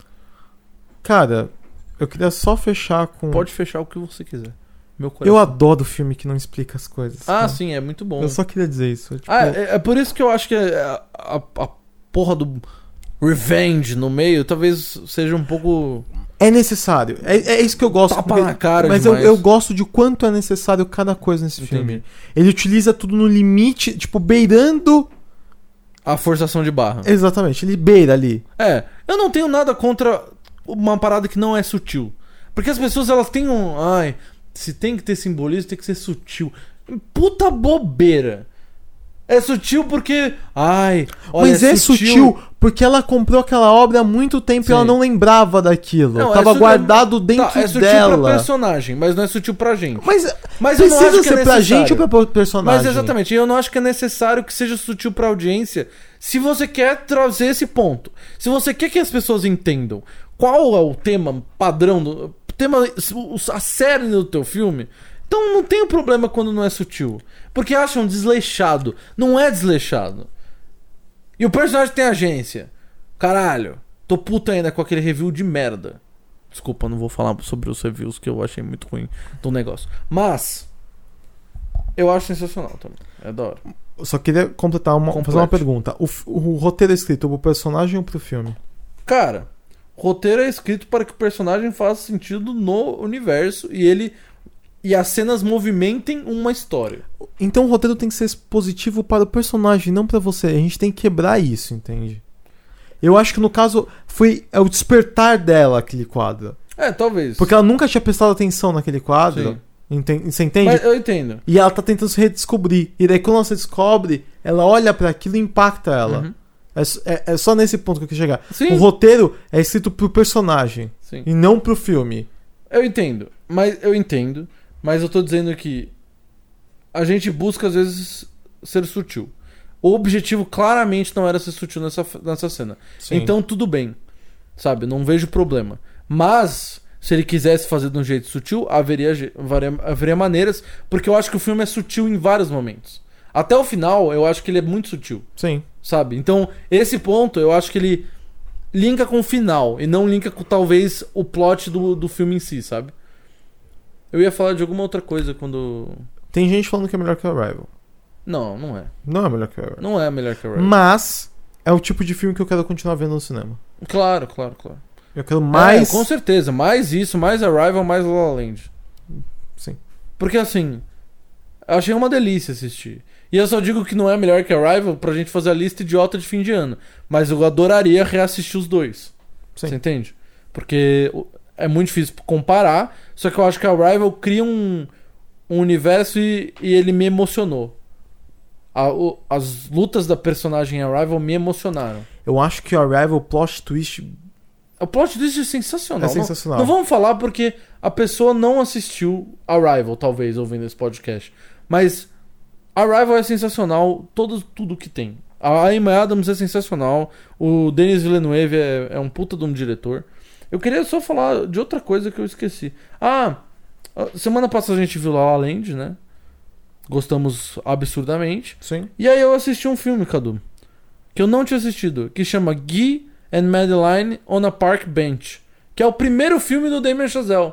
[SPEAKER 1] Cara, eu queria só fechar com.
[SPEAKER 2] Pode fechar o que você quiser. Meu coração.
[SPEAKER 1] Hum. Eu adoro filme que não explica as coisas.
[SPEAKER 2] Ah,
[SPEAKER 1] cara.
[SPEAKER 2] sim, é muito bom.
[SPEAKER 1] Eu só queria dizer isso. tipo,
[SPEAKER 2] Ah, é, é por isso que eu acho que a, a- a porra do Revenge no meio talvez seja um pouco.
[SPEAKER 1] é necessário. É, é isso que eu gosto.
[SPEAKER 2] Tapa
[SPEAKER 1] porque-
[SPEAKER 2] na cara
[SPEAKER 1] mas eu,
[SPEAKER 2] demais.
[SPEAKER 1] eu gosto de quanto é necessário cada coisa nesse filme.
[SPEAKER 2] Entendi.
[SPEAKER 1] Ele utiliza tudo no limite, tipo, beirando.
[SPEAKER 2] A forçação de barra.
[SPEAKER 1] Exatamente, ele beira ali.
[SPEAKER 2] É, eu não tenho nada contra uma parada que não é sutil. Porque as pessoas elas têm um. Ai, se tem que ter simbolismo, tem que ser sutil. Puta bobeira. É sutil porque. Ai, olha,
[SPEAKER 1] Mas é sutil. porque ela comprou aquela obra há muito tempo
[SPEAKER 2] Sim.
[SPEAKER 1] e ela não lembrava daquilo.
[SPEAKER 2] Não, é
[SPEAKER 1] Tava
[SPEAKER 2] sutil-
[SPEAKER 1] guardado dentro
[SPEAKER 2] Tá, é sutil
[SPEAKER 1] dela.
[SPEAKER 2] pra personagem, mas não é sutil pra gente.
[SPEAKER 1] Mas,
[SPEAKER 2] Mas eu não
[SPEAKER 1] precisa
[SPEAKER 2] acho que é
[SPEAKER 1] ser pra gente ou
[SPEAKER 2] necessário.
[SPEAKER 1] pra po- personagem?
[SPEAKER 2] Mas exatamente, eu não acho que é necessário que seja sutil pra audiência se você quer trazer esse ponto. Se você quer que as pessoas entendam qual é o tema padrão, do, tema, a série do teu filme, então não tem problema quando não é sutil. Porque acham desleixado. Não é desleixado. E o personagem tem agência. Caralho, tô puto ainda com aquele review de merda. Desculpa, não vou falar sobre os reviews que eu achei muito ruim do negócio. Mas. Eu acho sensacional também. Eu adoro.
[SPEAKER 1] Eu Só queria completar uma,
[SPEAKER 2] Complete.
[SPEAKER 1] fazer uma pergunta. O, f- o roteiro é escrito pro personagem ou pro filme?
[SPEAKER 2] Cara, o roteiro é escrito para que o personagem faça sentido no universo e ele. E as cenas movimentem uma história.
[SPEAKER 1] Então o roteiro tem que ser positivo para o personagem, não para você. A gente tem que quebrar isso, entende? Eu acho que no caso foi é o despertar dela aquele quadro.
[SPEAKER 2] É, talvez.
[SPEAKER 1] Porque ela nunca tinha prestado atenção naquele quadro.
[SPEAKER 2] Sim.
[SPEAKER 1] Enten- você entende?
[SPEAKER 2] Mas eu entendo.
[SPEAKER 1] E ela tá tentando se redescobrir. E daí quando ela se descobre, ela olha pra aquilo e impacta ela.
[SPEAKER 2] Uhum.
[SPEAKER 1] É, s- é- é só nesse ponto que eu quero chegar.
[SPEAKER 2] Sim.
[SPEAKER 1] O roteiro é escrito pro personagem
[SPEAKER 2] Sim.
[SPEAKER 1] e não pro filme.
[SPEAKER 2] Eu entendo, mas eu entendo, mas eu tô dizendo que a gente busca às vezes ser sutil. O objetivo claramente não era ser sutil nessa, nessa cena.
[SPEAKER 1] Sim.
[SPEAKER 2] Então tudo bem, sabe? Não vejo problema. Mas se ele quisesse fazer de um jeito sutil, haveria, je- varia- haveria maneiras, porque eu acho que o filme é sutil em vários momentos. Até o final, eu acho que ele é muito sutil
[SPEAKER 1] Sim.
[SPEAKER 2] sabe? Então, esse ponto eu acho que ele linka com o final e não linka com talvez o plot do, do filme em si, sabe? Eu ia falar de alguma outra coisa quando.
[SPEAKER 1] Tem gente falando que é melhor que Arrival.
[SPEAKER 2] Não, não é.
[SPEAKER 1] Não é melhor que Arrival.
[SPEAKER 2] Não é melhor que o Red.
[SPEAKER 1] Mas é o tipo de filme que eu quero continuar vendo no cinema.
[SPEAKER 2] Claro, claro, claro.
[SPEAKER 1] Eu quero mais.
[SPEAKER 2] É, com certeza, mais isso, mais Arrival, mais La La Land.
[SPEAKER 1] Sim.
[SPEAKER 2] Porque assim, eu achei uma delícia assistir. E eu só digo que não é melhor que Arrival pra gente fazer a lista idiota de fim de ano. Mas eu adoraria reassistir os dois.
[SPEAKER 1] Sim.
[SPEAKER 2] Você entende? Porque o- é muito difícil comparar, só que eu acho que a Rival cria um, um universo e, e ele me emocionou. A- o- as lutas da personagem Arrival me emocionaram.
[SPEAKER 1] Eu acho que Arrival, plot twist.
[SPEAKER 2] O plot twist é sensacional.
[SPEAKER 1] É sensacional.
[SPEAKER 2] Não, não vamos falar porque a pessoa não assistiu Arrival, talvez, ouvindo esse podcast. Mas Arrival é sensacional, todo, tudo que tem. A Amy Adams é sensacional, o Denis Villeneuve é, é um puta de um diretor. Eu queria só falar de outra coisa que eu esqueci. Ah, semana passada a gente viu La La Land, né? Gostamos absurdamente.
[SPEAKER 1] Sim.
[SPEAKER 2] E aí eu assisti um filme, Cadu, que eu não tinha assistido, que chama Guy and Madeline on a Park Bench, que é o primeiro filme do Damien Chazelle.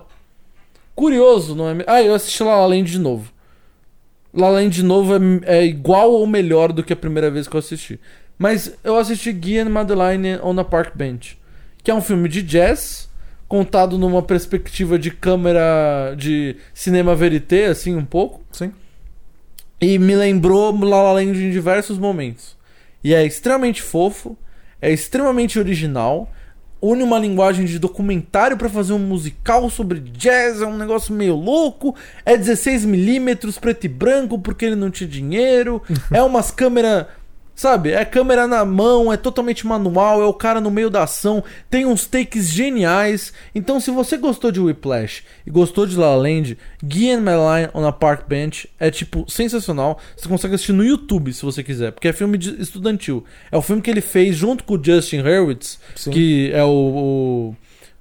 [SPEAKER 2] Curioso, não é? me- Ah, eu assisti La La Land de novo. La La Land de novo é, é igual ou melhor do que a primeira vez que eu assisti. Mas eu assisti Guy and Madeline on a Park Bench, que é um filme de jazz contado numa perspectiva de câmera de cinema verité, assim um pouco.
[SPEAKER 1] Sim.
[SPEAKER 2] E me lembrou La La Land em diversos momentos. E é extremamente fofo, é extremamente original, une uma linguagem de documentário pra fazer um musical sobre jazz, é um negócio meio louco, é 16mm preto e branco porque ele não tinha dinheiro, é umas câmeras. Sabe, é câmera na mão, é totalmente manual, é o cara no meio da ação, tem uns takes geniais. Então, se você gostou de Whiplash e gostou de La La Land, Guy and Madeline on a Park Bench é, tipo, sensacional. Você consegue assistir no YouTube, se você quiser, porque é filme de- estudantil. É o filme que ele fez junto com o Justin Hurwitz,
[SPEAKER 1] Sim.
[SPEAKER 2] que é o,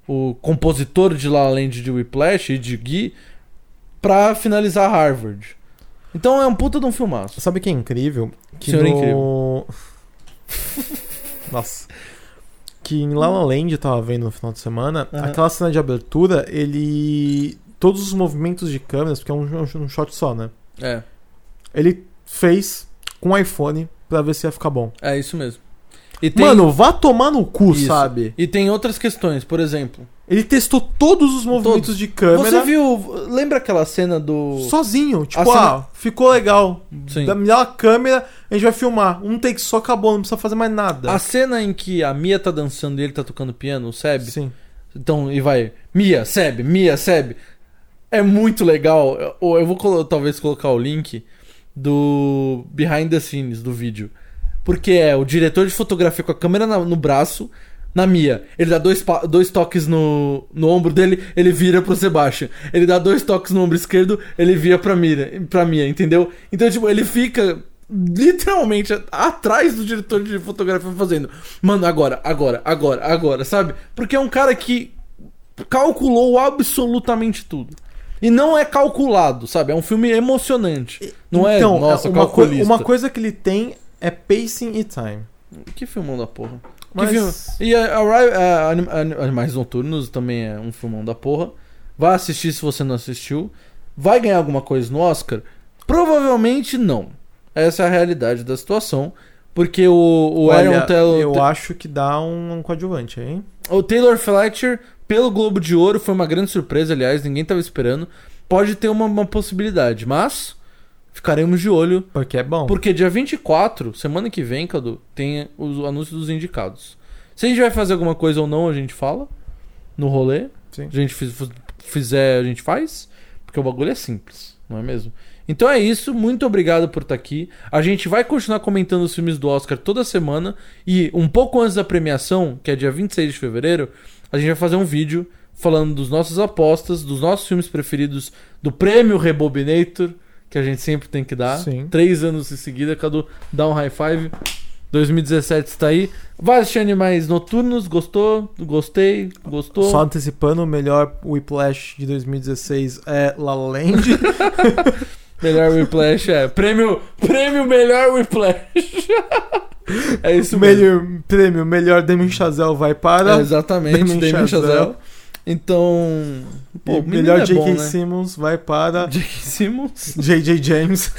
[SPEAKER 2] o, o compositor de La La Land de Whiplash e de Guy, pra finalizar Harvard. Então, é um puta de um filmaço.
[SPEAKER 1] Sabe o que é incrível? Que
[SPEAKER 2] Senhor
[SPEAKER 1] no...
[SPEAKER 2] Incrível.
[SPEAKER 1] Nossa. que em La La Land eu tava vendo no final de semana,
[SPEAKER 3] Aham.
[SPEAKER 1] aquela cena de abertura, ele. Todos os movimentos de câmeras, porque é um, um shot só, né?
[SPEAKER 2] É,
[SPEAKER 1] Ele fez com o iPhone pra ver se ia ficar bom.
[SPEAKER 2] é isso mesmo. E tem,
[SPEAKER 1] Mano, vá tomar no cu,
[SPEAKER 2] Isso.
[SPEAKER 1] sabe?
[SPEAKER 2] e tem outras questões, por exemplo.
[SPEAKER 1] Ele testou todos os movimentos de câmera
[SPEAKER 2] Você viu. Lembra aquela cena do.
[SPEAKER 1] sozinho. Tipo,
[SPEAKER 2] cena-
[SPEAKER 1] ah, ficou legal.
[SPEAKER 2] Sim.
[SPEAKER 1] Da melhor câmera, a gente vai filmar. Um take só acabou, não precisa fazer mais nada.
[SPEAKER 2] A cena em que a Mia tá dançando e ele tá tocando piano, o Seb.
[SPEAKER 1] Sim.
[SPEAKER 2] Então, e vai. Mia, Seb, Mia, Seb. É muito legal. Eu- Ou eu vou colo- talvez colocar o link do behind the scenes do vídeo. Porque é o diretor de fotografia com a câmera na- no braço, na Mia. Ele dá dois, pa- dois toques no, no ombro dele, ele vira pro Sebastian. Ele dá dois toques no ombro esquerdo, ele vira pra Mia, pra Mia entendeu? Então, tipo, ele fica literalmente a- atrás do diretor de fotografia fazendo. Mano, agora, agora, agora, agora, sabe? Porque é um cara que calculou absolutamente tudo. E não é calculado, sabe? É um filme emocionante. Não é, nossa,
[SPEAKER 1] então, uma, coi-
[SPEAKER 2] calculista.
[SPEAKER 1] uma coisa que ele tem é pacing e time.
[SPEAKER 2] Que filmão da porra.
[SPEAKER 1] Mas-
[SPEAKER 2] Que filme? E a, Arri- a Anim- Anim- Animais Noturnos também é um filmão da porra. Vai assistir se você não assistiu. Vai ganhar alguma coisa no Oscar? Provavelmente não. Essa é a realidade da situação. Porque o, o
[SPEAKER 1] Olha,
[SPEAKER 2] Aaron Taylor,
[SPEAKER 1] eu acho que dá um, um coadjuvante, hein?
[SPEAKER 2] o Taylor Fletcher, pelo Globo de Ouro, foi uma grande surpresa, aliás, ninguém tava esperando. Pode ter uma, uma possibilidade, mas ficaremos de olho
[SPEAKER 1] Porque é bom.
[SPEAKER 2] porque dia 24, semana que vem, Cadu, tem os anúncios dos indicados. Se a gente vai fazer alguma coisa ou não, a gente fala. No rolê.
[SPEAKER 1] Sim.
[SPEAKER 2] A gente fiz- fizer, a gente faz. Porque o bagulho é simples, não é mesmo? Então é isso. Muito obrigado por estar aqui. A gente vai continuar comentando os filmes do Oscar toda semana. E um pouco antes da premiação, que é dia 26 de fevereiro, a gente vai fazer um vídeo falando dos nossos apostas, dos nossos filmes preferidos, do prêmio Rebobinator, que a gente sempre tem que dar.
[SPEAKER 1] Sim.
[SPEAKER 2] Três anos em seguida, Cadu, dá um high five. 2017 está tá aí. Vai assistir Animais Noturnos, gostou? Gostei, gostou.
[SPEAKER 1] Só antecipando, o melhor Whiplash de 2016 é La La Land.
[SPEAKER 2] Melhor Whiplash é. Prêmio, prêmio melhor Whiplash. é isso
[SPEAKER 1] o
[SPEAKER 2] mesmo.
[SPEAKER 1] melhor prêmio, melhor Demi Chazelle vai
[SPEAKER 2] É,
[SPEAKER 1] para.
[SPEAKER 2] exatamente,
[SPEAKER 1] né? Damien
[SPEAKER 2] Damien Chazelle.
[SPEAKER 1] Chazelle.
[SPEAKER 2] Então, pô,
[SPEAKER 1] e
[SPEAKER 2] o
[SPEAKER 1] melhor
[SPEAKER 2] melhor é
[SPEAKER 1] J.K.
[SPEAKER 2] bom, né?
[SPEAKER 1] Simmons vai para
[SPEAKER 2] J.K. Simmons.
[SPEAKER 1] J.J. James.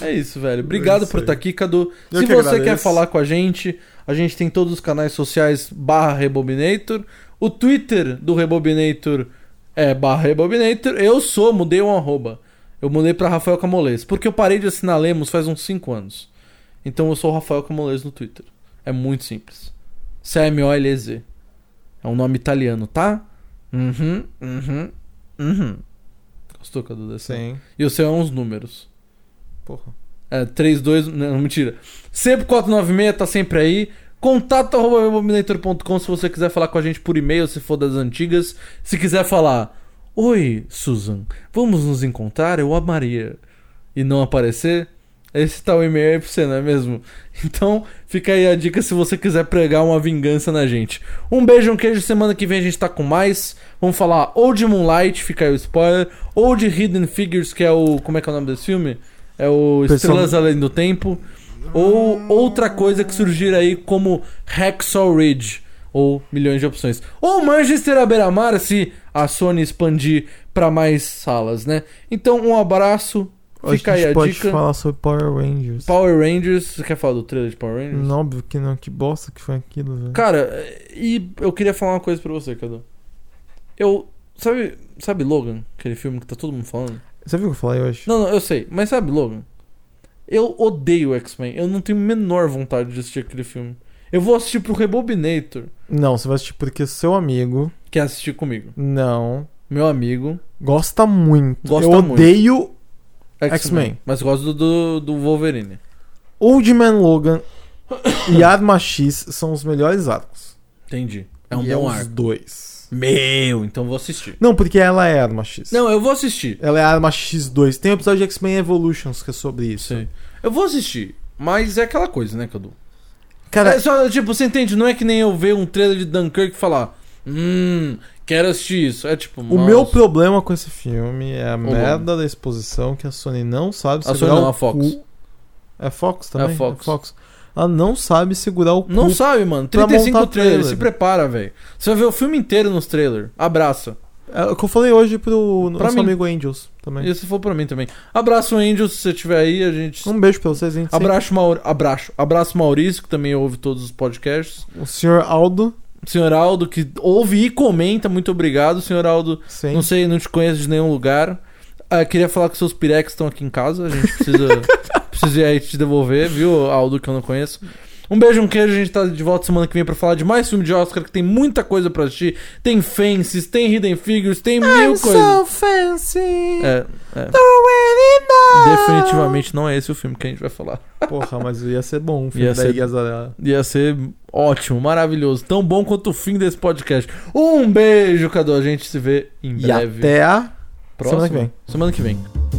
[SPEAKER 2] É isso, velho. Obrigado
[SPEAKER 1] isso
[SPEAKER 2] por
[SPEAKER 1] aí.
[SPEAKER 2] estar aqui, Cadu.
[SPEAKER 1] Eu
[SPEAKER 2] Se
[SPEAKER 1] que
[SPEAKER 2] você
[SPEAKER 1] agradeço.
[SPEAKER 2] quer falar com a gente, a gente tem todos os canais sociais barra Rebobinator. O Twitter do Rebobinator é barra Rebobinator. Eu sou, mudei um arroba. Eu mudei pra Rafael Camolês. Porque eu parei de assinar Lemos faz uns 5 anos. Então eu sou o Rafael Camolês no Twitter. É muito simples. C-M-O-L-E-Z. É um nome italiano, tá? Uhum, uhum, uhum. Gostou, Cadu, dessa?
[SPEAKER 1] Sim.
[SPEAKER 2] E o seu é uns números.
[SPEAKER 1] Porra.
[SPEAKER 2] É, 32. Não, mentira. Sempre 496, tá sempre aí. Contato arroba webobinator.com se você quiser falar com a gente por e-mail, se for das antigas. Se quiser falar, Oi, Susan, vamos nos encontrar? Eu amaria. E não aparecer? Esse tal e-mail aí pra você, não é mesmo? Então, fica aí a dica se você quiser pregar uma vingança na gente. Um beijo, um queijo. Semana que vem a gente tá com mais. Vamos falar ou de Moonlight, fica aí o spoiler, ou de Hidden Figures, que é o. Como é que é o nome desse filme? É o
[SPEAKER 1] Pessoal-
[SPEAKER 2] Estrelas Além do Tempo. Ou outra coisa que surgir aí como Hacksaw Ridge. Ou milhões de opções. Ou Manchester à beira-mar se a Sony expandir pra mais salas, né? Então, um abraço.
[SPEAKER 1] Hoje
[SPEAKER 2] Fica
[SPEAKER 1] a
[SPEAKER 2] aí
[SPEAKER 1] gente
[SPEAKER 2] a
[SPEAKER 1] pode
[SPEAKER 2] dica.
[SPEAKER 1] falar sobre Power Rangers.
[SPEAKER 2] Power Rangers. Você quer falar do trailer de Power Rangers?
[SPEAKER 1] Não, óbvio que não, que bosta que foi aquilo, velho.
[SPEAKER 2] Cara, e eu queria falar uma coisa pra você, Cadu. Eu. Sabe, sabe Logan? Aquele filme que tá todo mundo falando?
[SPEAKER 1] Você viu o que eu falei hoje?
[SPEAKER 2] Não, não, eu sei. Mas sabe Logan? Eu odeio X-Men. Eu não tenho a menor vontade de assistir aquele filme. Eu vou assistir pro Rebobinator,
[SPEAKER 1] Não, você vai assistir porque seu amigo
[SPEAKER 2] que é assistir comigo.
[SPEAKER 1] não
[SPEAKER 2] Meu amigo.
[SPEAKER 1] gosta muito.
[SPEAKER 2] Gosta
[SPEAKER 1] eu
[SPEAKER 2] muito.
[SPEAKER 1] odeio
[SPEAKER 2] X-Men.
[SPEAKER 1] X-Men.
[SPEAKER 2] Mas gosto do, do Wolverine.
[SPEAKER 1] Old Man Logan e Arma X são os melhores arcos.
[SPEAKER 2] Entendi. É um
[SPEAKER 1] e
[SPEAKER 2] bom
[SPEAKER 1] é os
[SPEAKER 2] ar.
[SPEAKER 1] dois.
[SPEAKER 2] Meu, então vou assistir.
[SPEAKER 1] Não, porque ela é Arma X.
[SPEAKER 2] Não, eu vou assistir.
[SPEAKER 1] Ela é Arma X2. Tem um episódio de X-Men Evolutions que é sobre isso.
[SPEAKER 2] Sei. Eu vou assistir. Mas é aquela coisa, né, Cadu?
[SPEAKER 1] Cara,
[SPEAKER 2] É só, tipo, você entende? Não é que nem eu ver um trailer de Dunkirk e falar, hum, quero assistir isso. É tipo,
[SPEAKER 1] o meu problema com esse filme é a
[SPEAKER 2] bom.
[SPEAKER 1] merda da exposição que a Sony não sabe
[SPEAKER 2] A Sony
[SPEAKER 1] segurar
[SPEAKER 2] não,
[SPEAKER 1] o
[SPEAKER 2] a Fox.
[SPEAKER 1] cu. É Fox também?
[SPEAKER 2] Fox.
[SPEAKER 1] Fox. ela não sabe segurar o cu.
[SPEAKER 2] Não sabe, mano.
[SPEAKER 1] pra
[SPEAKER 2] 35
[SPEAKER 1] montar
[SPEAKER 2] trailers,
[SPEAKER 1] trailer.
[SPEAKER 2] se prepara, velho. Você vai ver o filme inteiro nos trailers. Abraça.
[SPEAKER 1] É o que eu falei hoje pro
[SPEAKER 2] Pra
[SPEAKER 1] nosso
[SPEAKER 2] mim.
[SPEAKER 1] amigo Angels também.
[SPEAKER 2] Isso foi pra mim também. Abraço, Angel, se você estiver aí, a gente.
[SPEAKER 1] Um beijo pra vocês, gente.
[SPEAKER 2] Abraço, Maur... Abraço. Abraço, Maurício, que também ouve todos os podcasts.
[SPEAKER 1] O senhor Aldo,
[SPEAKER 2] Senhor Aldo, que ouve e comenta, muito obrigado. Senhor Aldo,
[SPEAKER 1] sim.
[SPEAKER 2] não sei, não te conheço de nenhum lugar. Ah, queria falar que seus pirex estão aqui em casa. A gente precisa, precisa ir aí te devolver, viu, Aldo, que eu não conheço. Um beijo, um queijo. A gente tá de volta semana que vem pra falar de mais filme de Oscar, que tem muita coisa pra assistir. Tem Fences, tem Hidden Figures, tem mil coisas.
[SPEAKER 1] fancy.
[SPEAKER 2] É, é. Definitivamente não é esse o filme que a gente vai falar.
[SPEAKER 1] Porra, mas ia ser bom um filme
[SPEAKER 2] Ia
[SPEAKER 1] da
[SPEAKER 2] ser-
[SPEAKER 1] Igazarela.
[SPEAKER 2] Ia ser ótimo, maravilhoso. Tão bom quanto o fim desse podcast. Um beijo, Cadu. A gente se vê em
[SPEAKER 1] E
[SPEAKER 2] breve.
[SPEAKER 1] até a
[SPEAKER 2] Próxima.
[SPEAKER 1] semana que vem.
[SPEAKER 2] Semana que vem.